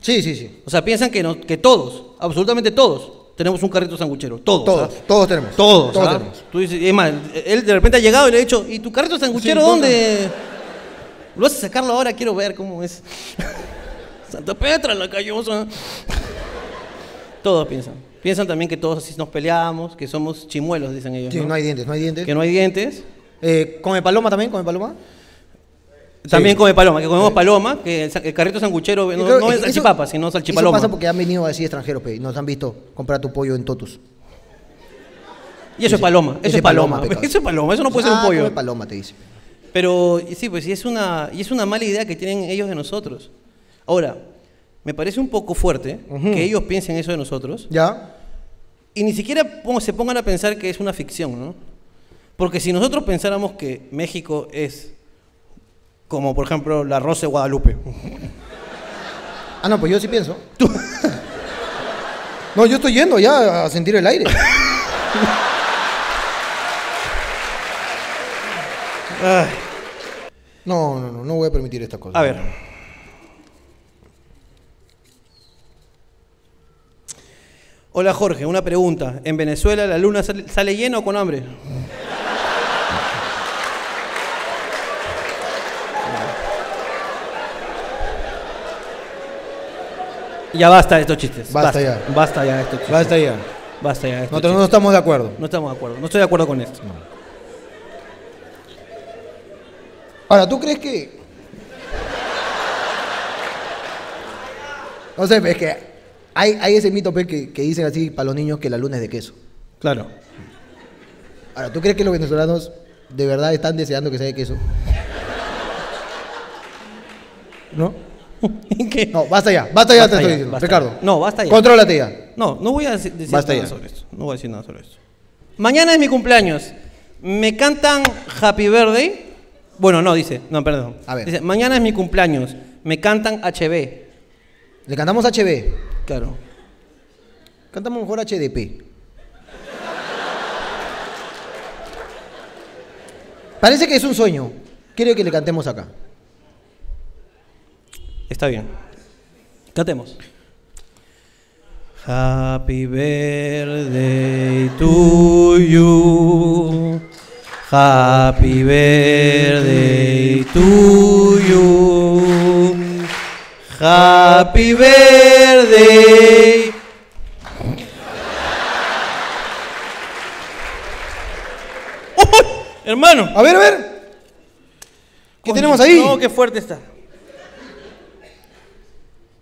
Speaker 6: Sí, sí, sí.
Speaker 4: O sea, piensan que, no- que todos, absolutamente todos, tenemos un carrito sanguchero. Todos.
Speaker 6: Todos,
Speaker 4: ¿ah?
Speaker 6: todos tenemos.
Speaker 4: Todos.
Speaker 6: Todos
Speaker 4: ¿ah?
Speaker 6: tenemos.
Speaker 4: Tú dices, es más, él de repente ha llegado y le ha dicho, ¿y tu carrito sanguchero
Speaker 6: Sí,
Speaker 4: dónde? ¿Lo vas a sacarlo ahora? Quiero ver cómo es. Santa Petra, la callosa. todos piensan. Piensan también que todos así nos peleamos, que somos chimuelos, dicen ellos.
Speaker 5: Sí,
Speaker 4: ¿no?
Speaker 5: no hay dientes, no hay dientes.
Speaker 4: Que no hay dientes.
Speaker 5: Eh, ¿Come paloma también? ¿Come paloma?
Speaker 4: También come paloma, que comemos paloma, que el, sa- el carrito sanguchero no,
Speaker 5: Y creo-
Speaker 4: no es
Speaker 5: eso-
Speaker 4: salchipapa, sino salchipaloma.
Speaker 5: Eso pasa porque han venido así extranjeros, pe, y nos han visto comprar tu pollo en Totus.
Speaker 4: y eso es paloma,
Speaker 5: ese
Speaker 4: eso es paloma,
Speaker 5: paloma, pecado.
Speaker 4: eso es paloma, eso no puede ser un
Speaker 5: Ah, come
Speaker 4: pollo.
Speaker 5: paloma, te dice.
Speaker 4: Pero y sí, pues y es, una, y es una mala idea que tienen ellos de nosotros. Ahora, me parece un poco fuerte que ellos piensen eso de nosotros
Speaker 5: ¿Ya?
Speaker 4: y ni siquiera pon- se pongan a pensar que es una ficción, ¿no? Porque si nosotros pensáramos que México es como, por ejemplo, la Rosa de Guadalupe.
Speaker 5: Ah, no, pues yo sí pienso. no, yo estoy yendo ya a sentir el aire.
Speaker 4: Ah,
Speaker 5: No, no, no, no voy a permitir esta cosa.
Speaker 4: a ver. Hola Jorge, una pregunta. ¿En Venezuela la luna sale, sale llena o con hambre? Ya basta de estos chistes.
Speaker 5: Basta ya.
Speaker 4: Basta ya de estos chistes.
Speaker 5: Basta ya.
Speaker 4: Basta ya de estos
Speaker 5: Nosotros no estamos de acuerdo.
Speaker 4: chistes. No estamos de acuerdo. No estoy de acuerdo con esto.
Speaker 5: Ahora, ¿tú crees que.? No sé, pero es que hay, hay ese mito pe, que, que dicen así para los niños que la luna es de queso.
Speaker 4: Claro.
Speaker 5: Ahora, ¿tú crees que los venezolanos de verdad están deseando que sea de queso? ¿No?
Speaker 4: ¿Qué?
Speaker 5: No, basta ya, basta ya
Speaker 4: Basta ya,
Speaker 5: te estoy diciendo.
Speaker 4: basta
Speaker 5: Ricardo.
Speaker 4: ya. No, basta ya.
Speaker 5: Contrólate ya.
Speaker 4: No, no voy a deci- decir
Speaker 5: Basta
Speaker 4: nada
Speaker 5: ya.
Speaker 4: sobre esto. No voy a decir nada sobre esto. Mañana es mi cumpleaños. Me cantan Happy Birthday. Bueno, no, dice. No, perdón.
Speaker 5: A ver.
Speaker 4: Dice, mañana es mi cumpleaños. Me cantan HB.
Speaker 5: Le cantamos HB.
Speaker 4: Claro.
Speaker 5: Cantamos mejor HDP. Parece que es un sueño. Quiero que le cantemos acá.
Speaker 4: Está bien. Cantemos. Happy birthday to you. Happy birthday to you. Happy birthday. Hermano.
Speaker 5: A ver, a ver. ¿Qué
Speaker 4: Coño,
Speaker 5: tenemos ahí?
Speaker 4: No, qué fuerte está.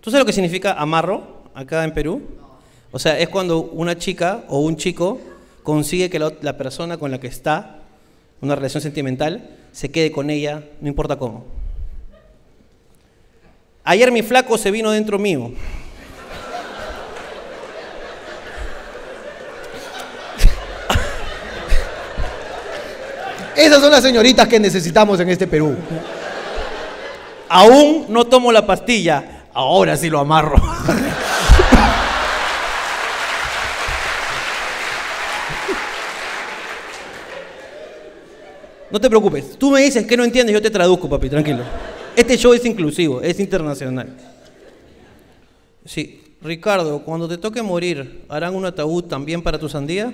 Speaker 4: ¿Tú sabes lo que significa amarro acá en Perú? O sea, es cuando una chica o un chico consigue que la, ot- la persona con la que está, una relación sentimental, se quede con ella, no importa cómo. Ayer mi flaco se vino dentro mío.
Speaker 5: Esas son las señoritas que necesitamos en este Perú.
Speaker 4: Aún no tomo la pastilla, ahora sí lo amarro. No te preocupes, tú me dices que no entiendes, yo te traduzco, papi, tranquilo. Este show es inclusivo, es internacional. Sí, Ricardo, cuando te toque morir, ¿harán un ataúd también para tu sandía?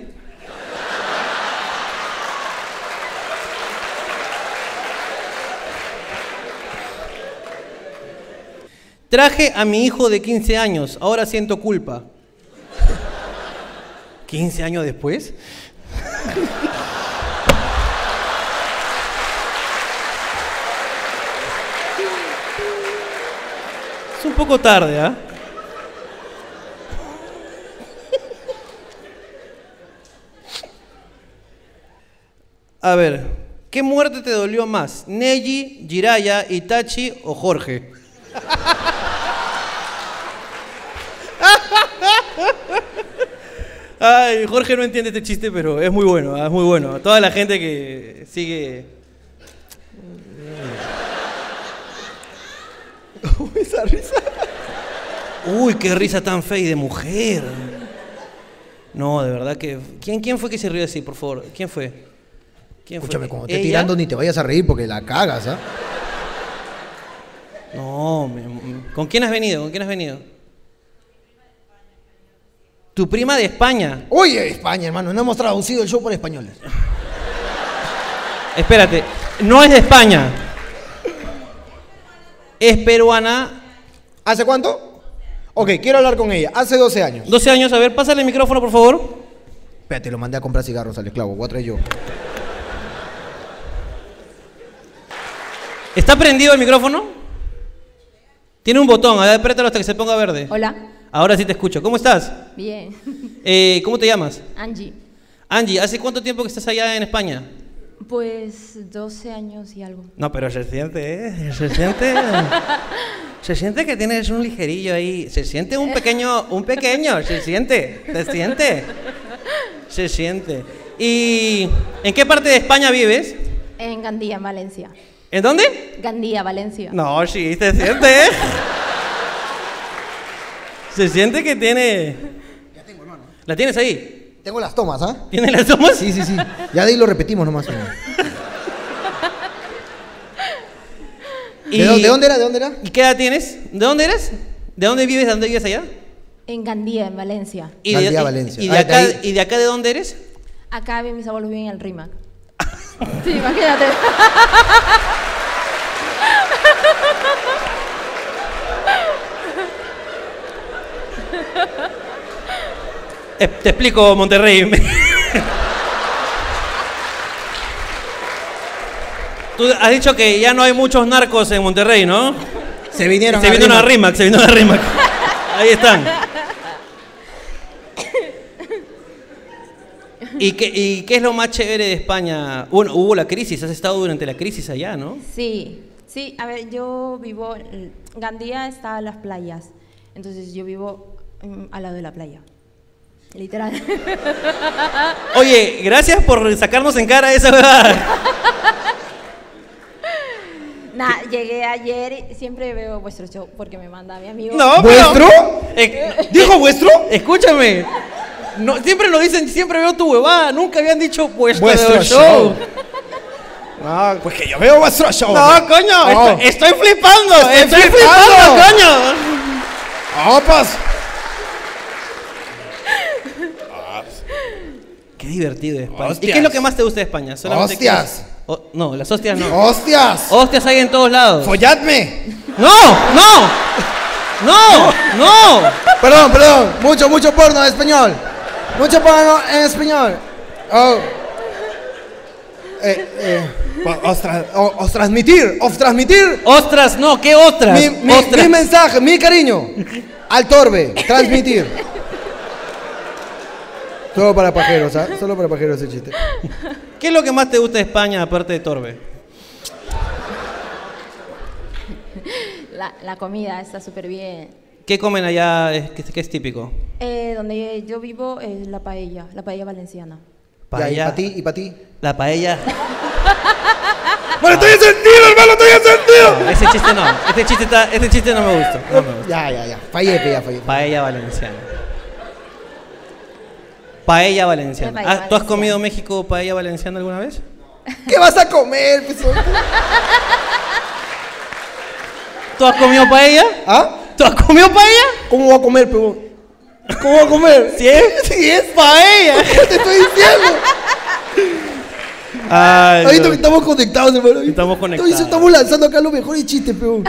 Speaker 4: Traje a mi hijo de 15 años, ahora siento culpa. ¿15 años después? Es un poco tarde, ¿ah? A ver, ¿qué muerte te dolió más? ¿Neji, Jiraya, Itachi o Jorge? Ay, Jorge no entiende este chiste, pero es muy bueno, ah, es muy bueno. A Toda la gente que sigue. Uy, qué risa tan fea y de mujer. No, de verdad que. ¿Quién, quién fue que se rió así, por favor? ¿Quién fue? ¿Quién
Speaker 5: Escúchame, cuando esté
Speaker 4: ¿Ella?
Speaker 5: tirando ni te vayas a reír porque la cagas, ¿ah?
Speaker 4: No, mi am- ¿con quién has venido? ¿Con quién has venido? Tu prima de España.
Speaker 5: Oye, España, hermano, no hemos traducido el show por españoles.
Speaker 4: Espérate, no es de España. Es peruana
Speaker 5: ¿Hace cuánto? Ok, quiero hablar con ella. Hace 12 años.
Speaker 4: 12 años, a ver, pásale el micrófono, por favor.
Speaker 5: Espérate, lo mandé a comprar cigarros al esclavo. Voy a traer yo.
Speaker 4: ¿Está prendido el micrófono? Tiene un botón, a ver, apriétalo hasta que se ponga verde.
Speaker 8: Hola,
Speaker 4: Ahora sí te escucho. ¿Cómo estás?
Speaker 8: bien.
Speaker 4: Eh, ¿Cómo te llamas?
Speaker 8: Angie,
Speaker 4: Angie, ¿hace cuánto tiempo que estás allá en España?
Speaker 8: pues 12 años y algo.
Speaker 4: No, pero se siente, ¿eh? Se siente. Se siente que tienes un ligerillo ahí. Se siente un pequeño. Un pequeño, se siente. Se siente. Se siente. ¿Y en qué parte de España vives?
Speaker 8: En Gandía, en Valencia.
Speaker 4: ¿En dónde?
Speaker 8: Gandía, Valencia.
Speaker 4: No, sí, se siente, ¿eh? Se siente que tiene. ¿La tienes ahí?
Speaker 5: Tengo las tomas, ¿ah?
Speaker 4: ¿Tienes las tomas?
Speaker 5: Sí, sí, sí. Ya de ahí lo repetimos nomás. hermano.
Speaker 4: Y-
Speaker 5: ¿De, dónde, de dónde era? ¿De dónde era?
Speaker 4: ¿Y qué edad tienes? ¿De dónde eres? ¿De dónde vives? ¿De dónde vives allá?
Speaker 8: En Gandía, en Valencia.
Speaker 4: ¿Y
Speaker 5: Gandía,
Speaker 4: de, y-
Speaker 5: Valencia.
Speaker 4: Y, de
Speaker 5: Ah, de
Speaker 4: acá,
Speaker 5: ahí.
Speaker 4: ¿Y de acá de dónde eres?
Speaker 8: Acá mis abuelos viven en el RIMAC. Sí, imagínate.
Speaker 4: Eh, te explico, Monterrey. Tú has dicho que ya no hay muchos narcos en Monterrey, ¿no?
Speaker 5: Se vinieron.
Speaker 4: Se vino una
Speaker 5: arriba.
Speaker 4: RIMAC, se vino una RIMAC. Ahí están. ¿Y qué, ¿Y qué es lo más chévere de España? Bueno, hubo la crisis, has estado durante la crisis allá, ¿no?
Speaker 8: Sí, sí, a ver, yo vivo. Gandía está a las playas. Entonces yo vivo mm, al lado de la playa. Literal.
Speaker 4: Oye, gracias por sacarnos en cara esa verdad.
Speaker 8: Nada, llegué ayer y siempre veo vuestro show porque me manda mi amigo.
Speaker 4: No, pero-
Speaker 5: ¿Vuestro?
Speaker 4: Eh,
Speaker 5: ¿Dijo vuestro?
Speaker 4: Escúchame. No, siempre lo dicen, siempre veo tu huevada. Nunca habían dicho vuestro,
Speaker 5: Vuestro
Speaker 4: show.
Speaker 5: show. Ah, pues que yo veo vuestro show.
Speaker 4: No, coño.
Speaker 5: No.
Speaker 4: Estoy, estoy flipando. Estoy, flipando.
Speaker 5: flipando.
Speaker 4: coño.
Speaker 5: Ah, pues.
Speaker 4: Qué divertido de España. ¿Y
Speaker 5: Hostias.
Speaker 4: qué es lo que más te gusta de España? que-
Speaker 5: Hostias.
Speaker 4: O- no, las hostias no.
Speaker 5: ¡Hostias!
Speaker 4: Hostias hay en todos lados.
Speaker 5: Pues ¡Folladme!
Speaker 4: no, no. No, no.
Speaker 5: Perdón, perdón. Mucho, mucho porno en español. Mucho porno en español. Oh. Eh, eh, pa- os, tra- o- os transmitir, os transmitir
Speaker 4: Ostras, no, ¿qué ostras?
Speaker 5: mi, mi-
Speaker 4: ostras.
Speaker 5: mi mensaje, mi cariño. Al torbe, transmitir. Solo para pajeros, ¿ah? Solo para pajeros ese chiste.
Speaker 4: ¿Qué es lo que más te gusta de España aparte de Torbe?
Speaker 8: La, la comida está súper bien.
Speaker 4: ¿Qué comen allá eh, que, que es típico?
Speaker 8: Eh, donde yo vivo es la paella, la paella valenciana.
Speaker 5: Ya, y para ti, y para ti.
Speaker 4: La paella.
Speaker 5: ¡Bueno, estoy en sentido, hermano! ¡Estoy en sentido!
Speaker 4: Ese chiste no. Este chiste, está, este chiste no me gusta. No me gusta.
Speaker 5: Ya, ya, ya. Fallé, pe, ya fallé.
Speaker 4: Paella valenciana. Paella valenciana.
Speaker 8: La paella
Speaker 4: Ah, ¿Tú has
Speaker 8: valenciana.
Speaker 4: comido México paella valenciana alguna vez?
Speaker 5: ¿Qué vas a comer, pezón?
Speaker 4: ¿Tú has comido paella?
Speaker 5: ¿Ah?
Speaker 4: ¿Tú has comido paella?
Speaker 5: ¿Cómo voy a comer, pebón? ¿Cómo voy a comer?
Speaker 4: Sí es.
Speaker 5: Sí es.
Speaker 4: Paella.
Speaker 5: ¿Qué te estoy diciendo?
Speaker 4: Ay,
Speaker 5: Ahorita
Speaker 4: no.
Speaker 5: que estamos conectados, hermano.
Speaker 4: Estamos conectados.
Speaker 5: Entonces, estamos lanzando acá los mejores chistes, pebón.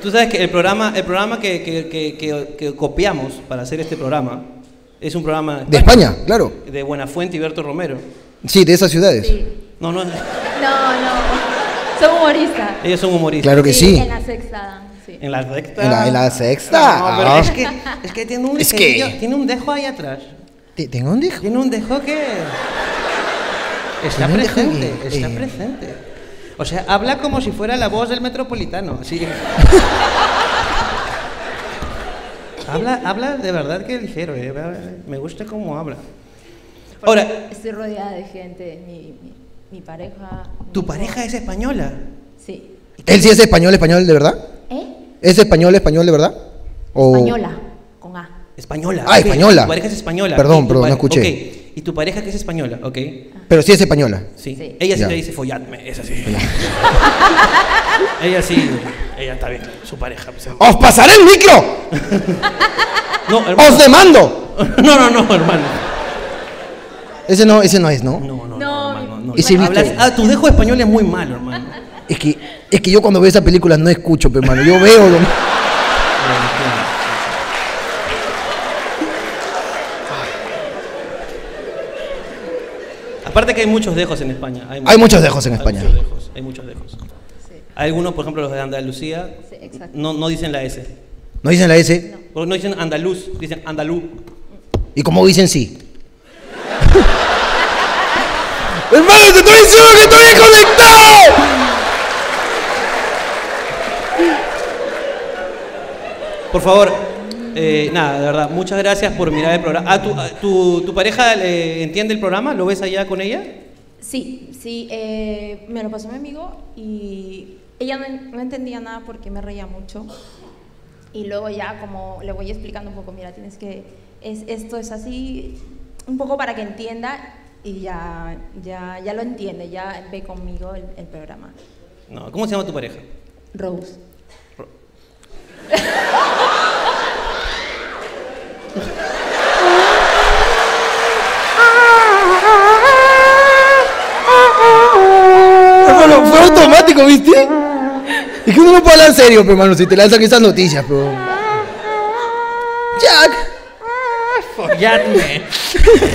Speaker 4: Tú sabes que el programa, el programa que, que- que- que- que copiamos para hacer este programa es un programa
Speaker 5: De España, claro.
Speaker 4: de Buenafuente y Berto Romero.
Speaker 5: Sí, de esas ciudades.
Speaker 8: Sí.
Speaker 4: No, no,
Speaker 8: No, no. Son humoristas.
Speaker 4: ellos son humoristas.
Speaker 5: Claro que sí.
Speaker 8: En la sexta dan, sí.
Speaker 4: En la sexta.
Speaker 5: En la- en la sexta.
Speaker 4: No, pero
Speaker 5: Ah.
Speaker 4: es que, es que tiene un
Speaker 5: Es
Speaker 4: ligerillo-
Speaker 5: que-
Speaker 4: tiene un dejo ahí atrás.
Speaker 5: ¿Te- ¿Tengo un hijo?
Speaker 4: Tiene un dejo que está
Speaker 5: Tiene un dejo
Speaker 4: presente,
Speaker 5: que-
Speaker 4: está
Speaker 5: eh.
Speaker 4: presente. O sea, habla como si fuera la voz del metropolitano. así. habla, habla de verdad que ligero. eh, Me gusta cómo habla. Ahora,
Speaker 8: Estoy rodeada de gente, mi, mi, mi pareja.
Speaker 4: tu
Speaker 8: mi
Speaker 4: pareja es española.
Speaker 8: hijo. Sí.
Speaker 5: ¿Él sí es español, español, de verdad?
Speaker 6: Oh.
Speaker 8: ¿Eh?
Speaker 5: ¿Es español, español, de verdad? O-
Speaker 8: Española, con A.
Speaker 4: Española.
Speaker 5: Ah,
Speaker 4: ok,
Speaker 5: española.
Speaker 4: Tu pareja es española.
Speaker 5: Perdón,
Speaker 4: y tu
Speaker 5: perdón, no
Speaker 4: pare-
Speaker 5: escuché.
Speaker 4: ok, Y tu pareja que es española, ok.
Speaker 5: Pero sí es española.
Speaker 4: Sí.
Speaker 8: Sí.
Speaker 4: Ella sí
Speaker 5: Ya.
Speaker 4: te dice folladme, es así. ella sí, ella está bien, su pareja. pues,
Speaker 5: ¡Os pasaré el micro!
Speaker 4: No, hermano.
Speaker 5: ¡Os demando!
Speaker 4: No, no, no, hermano.
Speaker 5: Ese no, ese no es, ¿no?
Speaker 4: No, no, no,
Speaker 8: No,
Speaker 4: hermano.
Speaker 8: mi-
Speaker 4: No,
Speaker 5: ¿Y si
Speaker 4: no.
Speaker 5: viste?
Speaker 4: Hablas- Ah, tu dejo español es muy malo, hermano.
Speaker 5: Es que, es que yo cuando veo esas películas no escucho, pero hermano, yo veo. lo-
Speaker 4: No, no, no. Aparte que hay muchos dejos en España. Hay muchos,
Speaker 6: muchos dejos en España.
Speaker 4: Hay muchos dejos. Hay muchos dejos. Hay algunos, por ejemplo, los de Andalucía,
Speaker 8: Sí, exacto.
Speaker 4: no, no dicen la S.
Speaker 6: ¿No dicen la S?
Speaker 4: Porque no dicen andaluz, dicen andalú.
Speaker 6: ¿Y cómo dicen sí? Hermano, te estoy diciendo que estoy desconectado.
Speaker 4: Por favor, eh, nada, de verdad, muchas gracias por mirar el programa. Ah, ¿tu, ah, tu, tu pareja eh, entiende el programa? ¿Lo ves allá con ella?
Speaker 8: Sí, sí, eh, me lo pasó mi amigo y ella no, en- no entendía nada porque me reía mucho. Y luego ya como le voy explicando un poco, mira, tienes que, es, esto es así, un poco para que entienda y ya, ya, ya lo entiende, ya ve conmigo el, el programa.
Speaker 4: No, ¿cómo se llama tu pareja?
Speaker 8: Rose.
Speaker 6: Hermano, fue automático, ¿viste? Es que uno no puede hablar en serio, pero hermano, si te lanzan esas noticias, pero. Jack.
Speaker 4: Folladme.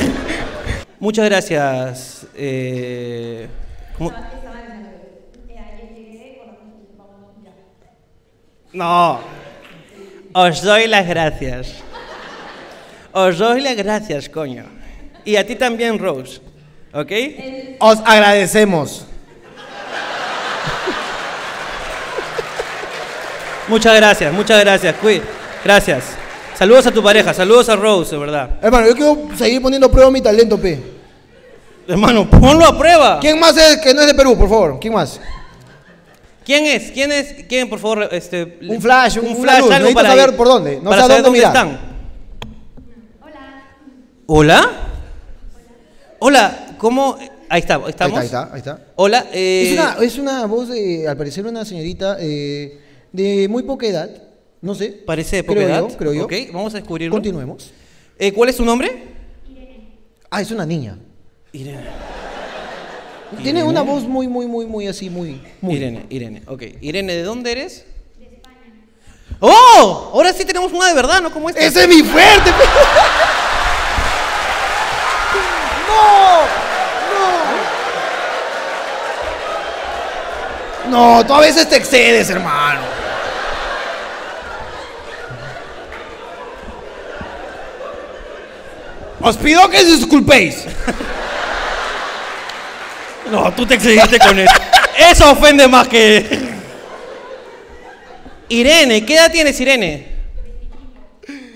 Speaker 4: Muchas gracias. eh, ¿cómo? No. Os doy las gracias. Os doy las gracias, coño. Y a ti también, Rose. ¿Ok?
Speaker 6: Os agradecemos.
Speaker 4: Muchas gracias, muchas gracias. Cui- Gracias. Saludos a tu pareja, saludos a Rose, de verdad.
Speaker 6: Hermano, yo quiero seguir poniendo a prueba mi talento, pe.
Speaker 4: Hermano, ponlo a prueba.
Speaker 6: ¿Quién más es que no es de Perú, por favor? ¿Quién más?
Speaker 4: ¿Quién es? ¿Quién es? ¿Quién, por favor? Este,
Speaker 6: Un flash, un- una luz. Necesito
Speaker 4: ir-
Speaker 6: saber por dónde. No
Speaker 4: para
Speaker 6: sé a
Speaker 4: saber
Speaker 6: dónde mirar.
Speaker 4: están. Hola. ¿Hola? Hola, ¿cómo? Ahí está, ¿estamos?
Speaker 6: Ahí está, ahí está. Ahí está.
Speaker 4: Hola, eh,
Speaker 6: Es, una, es una voz, de, al parecer, una señorita eh, de muy poca edad. No sé.
Speaker 4: parece de poca
Speaker 6: creo
Speaker 4: edad.
Speaker 6: Yo, creo yo.
Speaker 4: Ok, vamos a descubrirlo.
Speaker 6: Continuemos.
Speaker 4: Eh, ¿Cuál es su nombre?
Speaker 6: Ah, es una niña.
Speaker 4: Irene.
Speaker 6: Tiene una voz muy, muy, muy, muy así, muy. muy.
Speaker 4: Irene, Irene, ok. Irene, ¿de dónde eres? De España. ¡Oh! Ahora sí tenemos una de verdad, ¿no? Como esta.
Speaker 6: ¡Ese es mi fuerte! pe- ¡No! ¡No! No, tú a veces te excedes, hermano. Os pido que se disculpéis.
Speaker 4: No, tú te excediste con eso. Eso ofende más que. Irene, ¿qué edad tienes, Irene?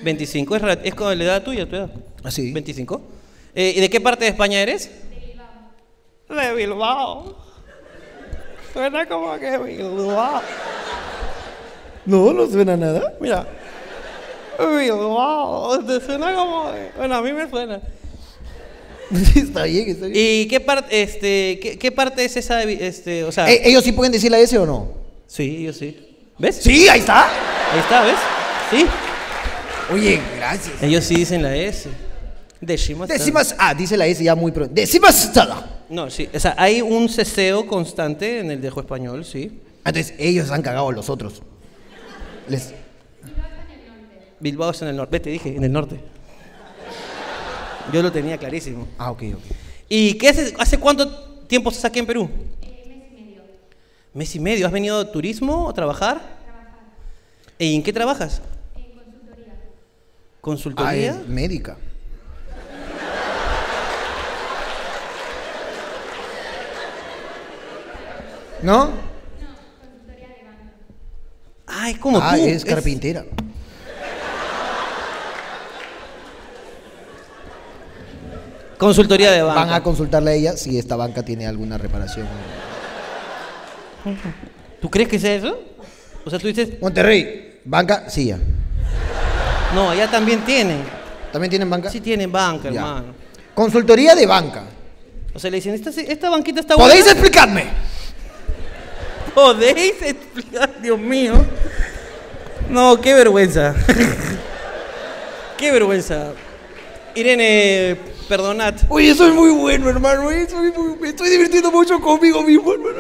Speaker 4: 25. ¿Es, ra- es con la edad tuya, tu edad?
Speaker 6: Ah, sí.
Speaker 4: 25. Eh, ¿Y de qué parte de España eres? De Bilbao. De Bilbao. Suena como que Bilbao.
Speaker 6: No, no suena nada.
Speaker 4: Mira. Bilbao. Te suena como. que- Bueno, a mí me suena.
Speaker 6: está bien, está bien.
Speaker 4: ¿Y qué parte, este, qué, qué parte es esa, de Bi- este, o sea?
Speaker 6: Eh, ¿Ellos sí pueden decir la S o no?
Speaker 4: Sí, yo sí. ¿Ves?
Speaker 6: Sí, ahí está.
Speaker 4: Ahí está, ¿ves? Sí.
Speaker 6: Oye, gracias.
Speaker 4: Ellos sí dicen la S. Decimas.
Speaker 6: Decimas. Ah, dice la S ya muy pronto. Decimas. tada.
Speaker 4: No, sí. O sea, hay un ceseo constante en el dejo español, sí.
Speaker 6: Entonces, ellos han cagado a los otros. Les.
Speaker 4: Bilbao es en el norte. Vete, dije, en el norte. Yo lo tenía clarísimo.
Speaker 6: Ah, ok, ok.
Speaker 4: ¿Y qué hace, hace cuánto tiempo estás aquí en Perú? mes y medio. Mes y medio. ¿Has venido de turismo a trabajar? Trabajar. ¿Y en qué trabajas? En
Speaker 6: Ah,
Speaker 4: consultoría.
Speaker 6: es
Speaker 4: ¿Consultoría?
Speaker 6: médica. ¿No?
Speaker 4: Ah, es como
Speaker 6: ah,
Speaker 4: tú.
Speaker 6: es carpintera.
Speaker 4: Consultoría de banca.
Speaker 6: Van a consultarle a ella si esta banca tiene alguna reparación.
Speaker 4: ¿Tú crees que sea eso? O sea, tú dices,
Speaker 6: Monterrey. Banca, sí, ya.
Speaker 4: no, allá también tienen.
Speaker 6: ¿También tienen banca?
Speaker 4: Sí tienen banca,
Speaker 6: Ya.
Speaker 4: hermano.
Speaker 6: Consultoría de banca.
Speaker 4: O sea, le dicen, esta, esta banquita está buena.
Speaker 6: ¿Podéis explicarme?
Speaker 4: ¿Podéis explicar? Dios mío. No, qué vergüenza. qué vergüenza. Irene, perdonad.
Speaker 6: Oye, soy muy bueno, hermano. Oye, soy muy- me estoy divirtiendo mucho conmigo mismo, hermano.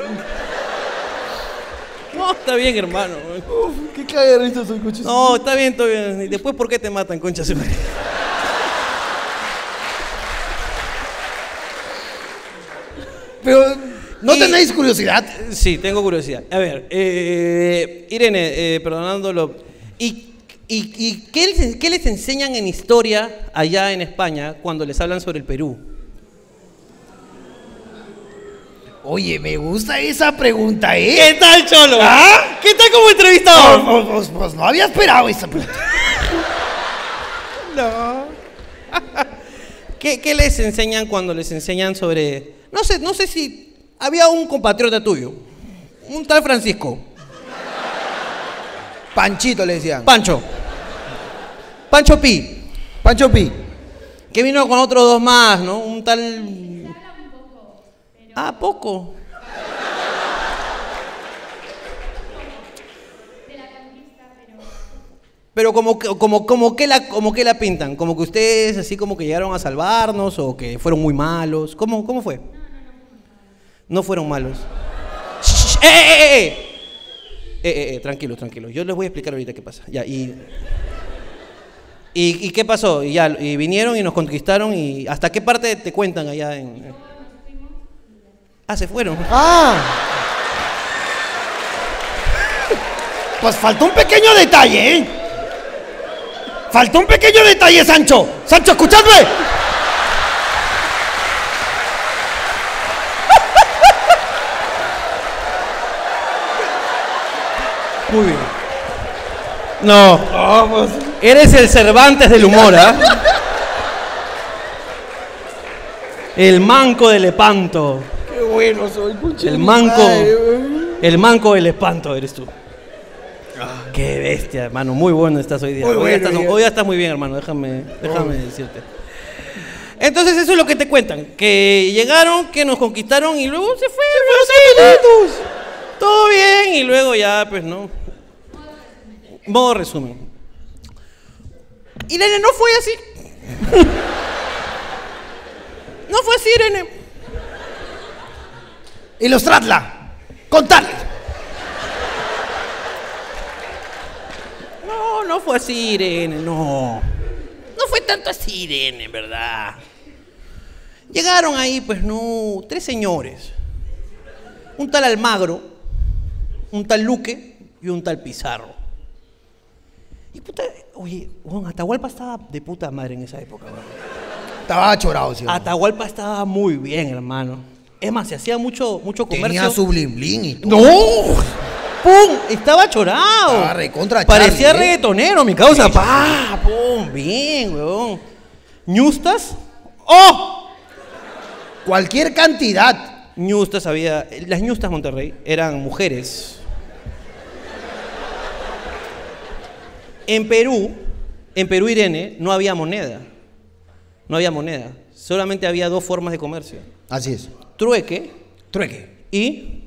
Speaker 4: No, está bien, hermano.
Speaker 6: Uf, qué caga de risa soy, coche.
Speaker 4: No, está bien, está bien. ¿Y después por qué te matan, concha? su madre?
Speaker 5: Pero, ¿no
Speaker 4: Y-
Speaker 5: tenéis curiosidad?
Speaker 4: Sí, tengo curiosidad. A ver, eh, Irene, eh, perdonándolo. ¿Y, y, y qué, les, qué les enseñan en historia allá en España cuando les hablan sobre el Perú?
Speaker 5: Oye, me gusta esa pregunta,
Speaker 4: ¿Qué
Speaker 5: ¿eh?
Speaker 4: tal, Cholo?
Speaker 5: ¿Ah?
Speaker 4: ¿Qué tal como
Speaker 5: No,
Speaker 4: entrevistador?
Speaker 5: pues, pues- pues no había esperado esa pregunta.
Speaker 4: ¿Qué, qué les enseñan cuando les enseñan sobre.? No sé, no sé si. Había un compatriota tuyo, un tal Francisco.
Speaker 5: Panchito le decían.
Speaker 4: Pancho. Pancho Pi,
Speaker 5: Pancho Pi.
Speaker 4: que vino con otros dos más, ¿no? Un tal. Ah, poco. Pero como, que- como, como, que la, como que la pintan, como que ustedes así como que llegaron a salvarnos o que fueron muy malos. ¿Cómo, cómo fue? No fueron malos. Shh, ¡Eh, eh, eh, eh! Eh, eh, eh, tranquilos, tranquilos. Yo les voy a explicar ahorita qué pasa. Ya, y, y, y qué pasó? Y ya, y vinieron y nos conquistaron y ¿hasta qué parte te cuentan allá en...? en- Ah, se fueron.
Speaker 5: Ah. Pues faltó un pequeño detalle, ¿eh? Faltó un pequeño detalle, Sancho. Sancho, escuchadme.
Speaker 4: Muy bien. No. Eres el Cervantes del humor, ¿ah? El manco del espanto.
Speaker 5: Qué bueno soy,
Speaker 4: El manco.
Speaker 5: ¿eh?
Speaker 4: El manco del espanto eres tú. Qué bestia, hermano. Muy bueno estás hoy día.
Speaker 5: Ah. Muy
Speaker 4: hoy,
Speaker 5: bueno,
Speaker 4: estás,
Speaker 5: ya. Oh.
Speaker 4: hoy ya estás muy bien, hermano. Déjame, déjame decirte. Entonces eso es lo que te cuentan. Que llegaron, que nos conquistaron y luego se fueron. Se Todo bien y luego ya, pues no. Modo resumen. Irene, no fue así. no fue así, Irene.
Speaker 5: Ilustradla. Contadla.
Speaker 4: No, no fue así, Irene, no. No fue tanto así, Irene, en verdad. Llegaron ahí, pues no, tres señores. Un tal Almagro, un tal Luque y un tal Pizarro. Y puta, oye, weón, Atahualpa estaba de puta madre en esa época, weón.
Speaker 5: Estaba chorado, sí.
Speaker 4: Atahualpa estaba muy bien, hermano. Es más, se hacía mucho, mucho comercio.
Speaker 5: Tenía su blin blin y todo.
Speaker 4: ¡No! ¡Pum! Estaba chorado.
Speaker 5: Estaba recontra
Speaker 4: Parecía
Speaker 5: Charlie, ¿eh?
Speaker 4: reggaetonero, mi causa. ¡Pa! ¡Pum! Bien, weón. ¿Ñustas? ¡Oh!
Speaker 5: Cualquier cantidad.
Speaker 4: Ñustas había. Las Ñustas Monterrey eran mujeres. En Perú, en Perú Irene, no había moneda. No había moneda. Solamente había dos formas de comercio:
Speaker 5: Así es.
Speaker 4: trueque
Speaker 5: Trueque.
Speaker 4: y.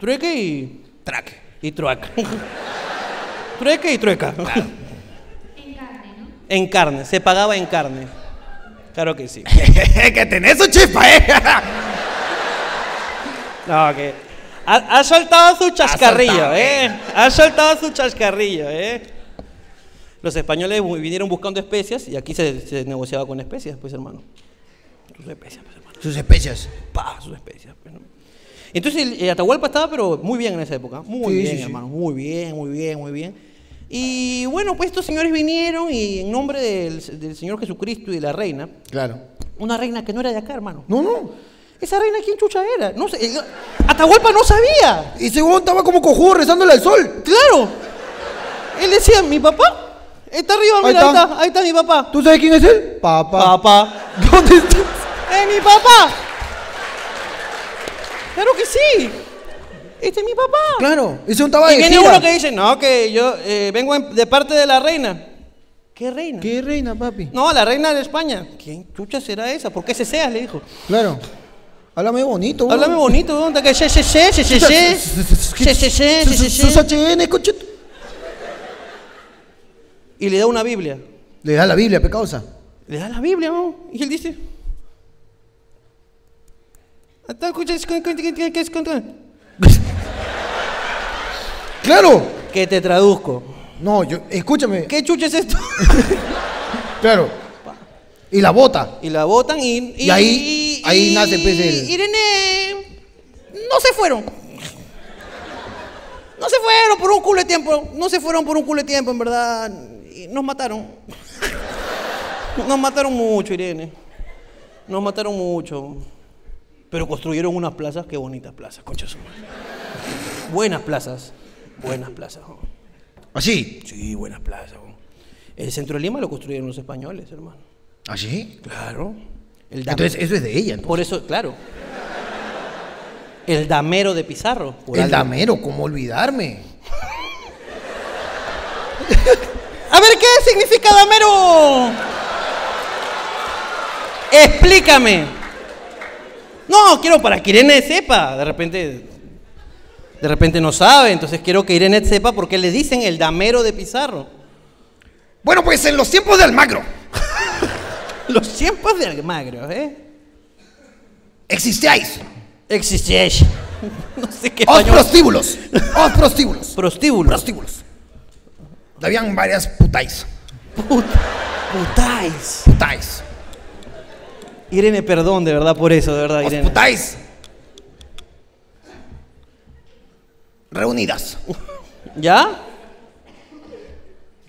Speaker 4: Trueque y.
Speaker 5: Traque.
Speaker 4: Y truaca. Trueque y trueca. En carne, se pagaba en carne. Claro que sí.
Speaker 5: que tenés un chispa, eh.
Speaker 4: No, que. Ha, ha soltado su chascarrillo,
Speaker 5: soltado,
Speaker 4: ¿eh? Ha soltado su chascarrillo, ¿eh? Los españoles bu- vinieron buscando especias y aquí se, se negociaba con especias, pues, hermano. Sus especias, pues, hermano.
Speaker 5: Sus especias.
Speaker 4: Pa, sus especias, pues, ¿no? Entonces, el, el Atahualpa estaba, pero muy bien en esa época. Muy
Speaker 5: Sí,
Speaker 4: bien,
Speaker 5: sí, sí.
Speaker 4: hermano. Muy bien, muy bien, muy bien. Y bueno, pues estos señores vinieron y en nombre del, del Señor Jesucristo y de la reina,
Speaker 5: Claro.
Speaker 4: una reina que no era de acá, hermano.
Speaker 5: No, no.
Speaker 4: ¿Esa reina quién chucha era? No sé. eh, Atahualpa no sabía.
Speaker 5: Y según estaba como cojudo rezándole al sol.
Speaker 4: Claro. Él decía, mi papá está arriba,
Speaker 5: Ahí
Speaker 4: mira, ahí
Speaker 5: está.
Speaker 4: está, ahí está mi papá.
Speaker 5: ¿Tú sabes quién es él? Papá.
Speaker 4: Papá.
Speaker 5: ¿Dónde estás?
Speaker 4: ¡Es ¡Eh, mi papá! Claro que sí. Este es mi papá.
Speaker 5: Claro. Y según estaba
Speaker 4: Y
Speaker 5: de
Speaker 4: viene
Speaker 5: gira.
Speaker 4: uno que dice, no, que yo eh, vengo en- de parte de la reina. ¿Qué reina?
Speaker 5: ¿Qué reina, papi?
Speaker 4: No, la reina de España. ¿Quién chucha será esa? ¿Por qué se sea? Le dijo.
Speaker 5: Claro. Háblame bonito, weón.
Speaker 4: Háblame bonito, onda que se se se se se se se se se se se,
Speaker 5: Sus
Speaker 4: se.
Speaker 5: HN, coche.
Speaker 4: Y le da una Biblia.
Speaker 5: Le da la Biblia, pecausa.
Speaker 4: Le da la Biblia, ¿no? Y él dice. "Ata escuchas con- con- con- con- con- con-".
Speaker 5: Claro.
Speaker 4: Que te traduzco.
Speaker 5: No, yo, escúchame.
Speaker 4: ¿Qué chucha es esto?
Speaker 5: Claro.
Speaker 6: Y la bota.
Speaker 4: Y la botan y...
Speaker 6: Y ahí- ahí nace, pues, el-
Speaker 4: Irene... No se fueron. No se fueron por un culo de tiempo. No se fueron por un culo de tiempo, en verdad. Y Nos mataron. Nos mataron mucho, Irene. Nos mataron mucho. Pero construyeron unas plazas, qué bonitas plazas, concha de su madre. Buenas plazas. Buenas plazas. ¿no?
Speaker 6: ¿Así?
Speaker 4: Sí, buenas plazas. ¿no? El centro de Lima lo construyeron los españoles, hermano.
Speaker 6: ¿Así?
Speaker 4: Claro. El dam-
Speaker 6: Entonces, eso es de ella. entonces.
Speaker 4: Por eso, claro. El damero de Pizarro. por
Speaker 6: El
Speaker 4: algo.
Speaker 6: damero, ¿cómo olvidarme?
Speaker 4: A ver, ¿qué significa damero? Explícame. No, quiero para que Irene sepa. De repente. De repente no sabe, entonces quiero que Irene sepa por qué le dicen el damero de Pizarro.
Speaker 6: Bueno, pues en los tiempos de Almagro
Speaker 4: Los tiempos de Almagro, ¿eh?
Speaker 6: existíais
Speaker 4: Existíais. No sé qué
Speaker 6: os
Speaker 4: español.
Speaker 6: prostíbulos. Os prostíbulos.
Speaker 4: Prostíbulo.
Speaker 6: Prostíbulos. Habían varias putáis.
Speaker 4: Put- putáis.
Speaker 6: Putáis.
Speaker 4: Irene, perdón de verdad por eso, de verdad,
Speaker 6: Os
Speaker 4: Irene.
Speaker 6: putáis. Reunidas.
Speaker 4: ¿Ya?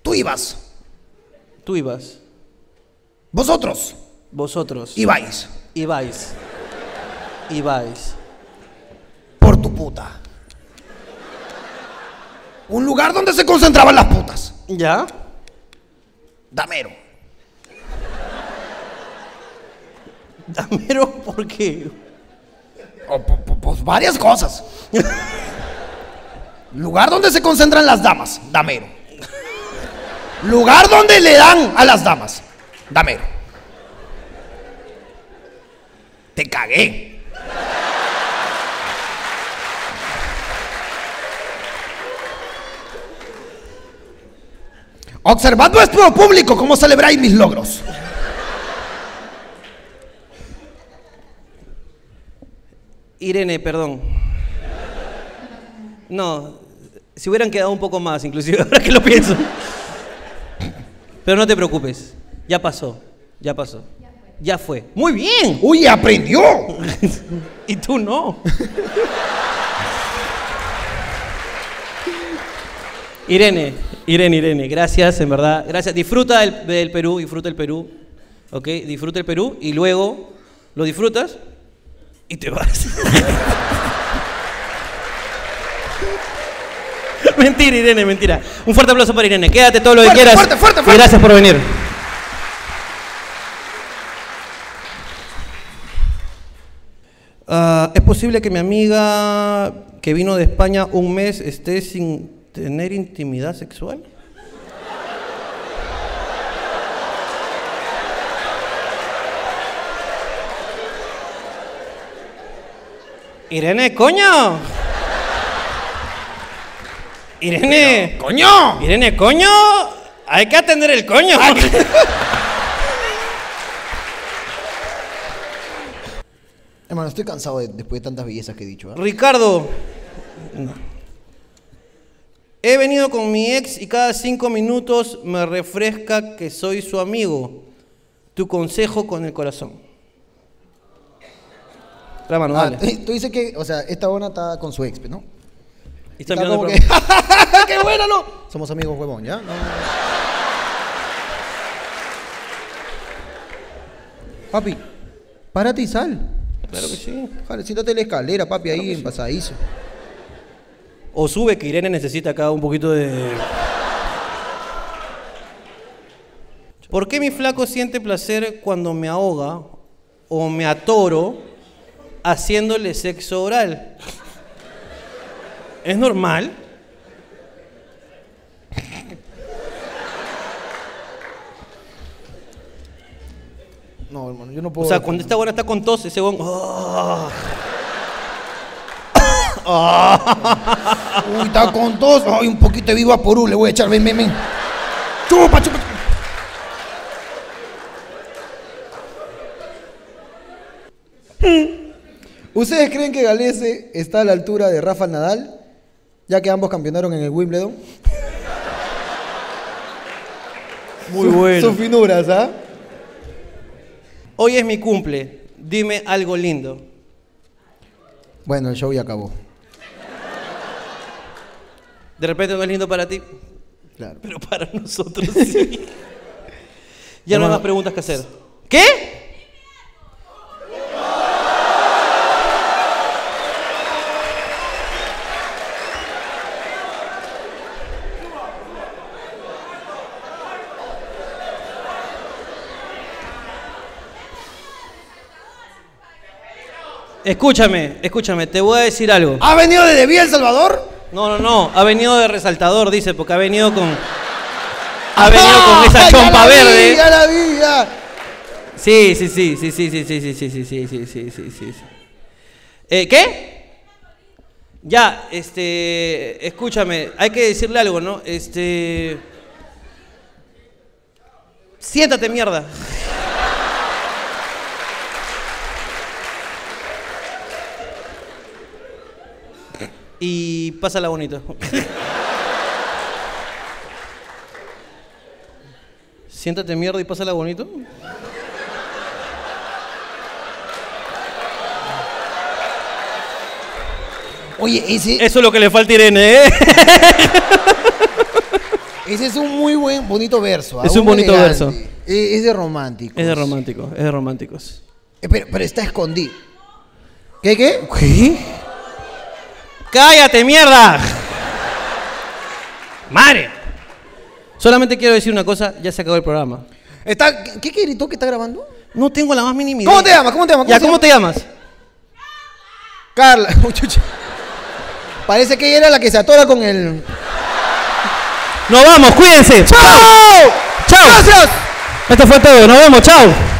Speaker 6: Tú ibas.
Speaker 4: Tú ibas.
Speaker 6: Vosotros
Speaker 4: Vosotros.
Speaker 6: ibais.
Speaker 4: Ibais. Ibais.
Speaker 6: Por tu puta. Un lugar donde se concentraban las putas.
Speaker 4: ¿Ya?
Speaker 6: Damero.
Speaker 4: Damero, ¿por qué?
Speaker 6: O, po- po- pues varias cosas. Lugar donde se concentran las damas, damero. Lugar donde le dan a las damas, damero. Te cagué. Observad vuestro público cómo celebráis mis logros.
Speaker 4: Irene, perdón. No, si hubieran quedado un poco más, inclusive, ahora que lo pienso. Pero no te preocupes, ya pasó, ya pasó. Ya fue. Muy bien.
Speaker 6: Uy, aprendió.
Speaker 4: Y tú no. Irene, Irene, Irene, gracias, en verdad. Gracias. Disfruta del, del Perú, disfruta el Perú. ¿Ok? Disfruta el Perú y luego lo disfrutas y te vas. mentira, Irene, mentira. Un fuerte aplauso para Irene. Quédate todo lo que
Speaker 6: Fuerte,
Speaker 4: quieras.
Speaker 6: fuerte, fuerte,
Speaker 4: Y
Speaker 6: fuerte.
Speaker 4: gracias por venir. Ah, ¿Es posible que mi amiga que vino de España un mes esté sin tener intimidad sexual? Irene, coño. Irene.
Speaker 6: ¡Coño!
Speaker 4: Irene, coño, hay que atender el coño.
Speaker 6: Hermano, estoy cansado de- después de tantas bellezas que he dicho. ¿ah?
Speaker 4: Ricardo, no. he venido con mi ex y cada cinco minutos me refresca que soy su amigo. Tu consejo con el corazón. La mano,
Speaker 6: Ah,
Speaker 4: dale.
Speaker 6: tú- tú dices que, o sea, esta buena está con su ex, ¿no?
Speaker 4: Y está
Speaker 6: Está
Speaker 4: mirando
Speaker 6: como
Speaker 4: el
Speaker 6: que,
Speaker 4: programa.
Speaker 6: ¡Qué buena, no! Somos amigos, huevón, ¿ya? No. Papi, párate y sal.
Speaker 4: Claro que sí.
Speaker 6: Jale, siéntate en la escalera, papi, ahí en pasadizo.
Speaker 4: O sube, que Irene necesita acá un poquito de... ¿Por qué mi flaco siente placer cuando me ahoga o me atoro haciéndole sexo oral? ¿Es normal?
Speaker 6: No, hermano, yo no
Speaker 4: O
Speaker 6: puedo.
Speaker 4: sea, cuando esta buena está con tos, ese weón...
Speaker 6: Uy, está con tos. Ay, un poquito de viva porú, le voy a echar, ven, ven, ven. Chupa, chupa. chupa. ¿Ustedes creen que Galese está a la altura de Rafa Nadal? Ya que ambos campeonaron en el Wimbledon.
Speaker 4: Muy
Speaker 6: Sus finuras, ¿ah?
Speaker 4: Hoy es mi cumple. Dime algo lindo.
Speaker 6: Bueno, el show ya acabó.
Speaker 4: De repente no es lindo para ti,
Speaker 6: Claro.
Speaker 4: pero para nosotros sí. ya no hay
Speaker 6: Hermano,
Speaker 4: más preguntas que hacer. ¿Qué? Escúchame, escúchame, te voy a decir algo.
Speaker 6: ¿Ha venido desde Vía El Salvador?
Speaker 4: No, no, no. Ha venido de resaltador, dice, porque ha venido con. Ha venido con esa
Speaker 6: ¡Ah! Ya
Speaker 4: chompa
Speaker 6: la vi,
Speaker 4: verde.
Speaker 6: ya la vi, ya.
Speaker 4: Sí, sí, sí, sí, sí, sí, sí, sí, sí, sí, sí, sí, sí, sí, sí. Eh, ¿Qué? Ya, este. Escúchame, hay que decirle algo, ¿no? Este. Siéntate, mierda. Y pásala bonito. Siéntate mierda y pásala bonito.
Speaker 6: Oye, ese,
Speaker 4: Eso es lo que le falta a Irene, ¿eh?
Speaker 6: ese es un muy buen, bonito verso. ¿ah?
Speaker 4: Es un bonito
Speaker 6: elegante.
Speaker 4: verso.
Speaker 6: E- Es de romántico.
Speaker 4: Es de románticos, es de románticos.
Speaker 6: Eh, Pero, pero está escondido. ¿Qué, qué? ¿Qué?
Speaker 4: ¡Cállate, mierda! ¡Madre! Solamente quiero decir una cosa, ya se acabó el programa.
Speaker 6: Está, ¿Qué qué gritó que está grabando?
Speaker 4: No tengo la más mínima idea.
Speaker 6: ¿Cómo te llamas? ¿Cómo te llamas?
Speaker 4: Ya,
Speaker 6: se
Speaker 4: ¿cómo
Speaker 6: llama?
Speaker 4: te llamas?
Speaker 6: Carla. Uy, chucha. Parece que ella era la que se atora con el...
Speaker 4: ¡Nos vamos, cuídense! ¡Chao! ¡Chao!
Speaker 6: ¡Gracias!
Speaker 4: Esto fue todo, nos vemos, chao.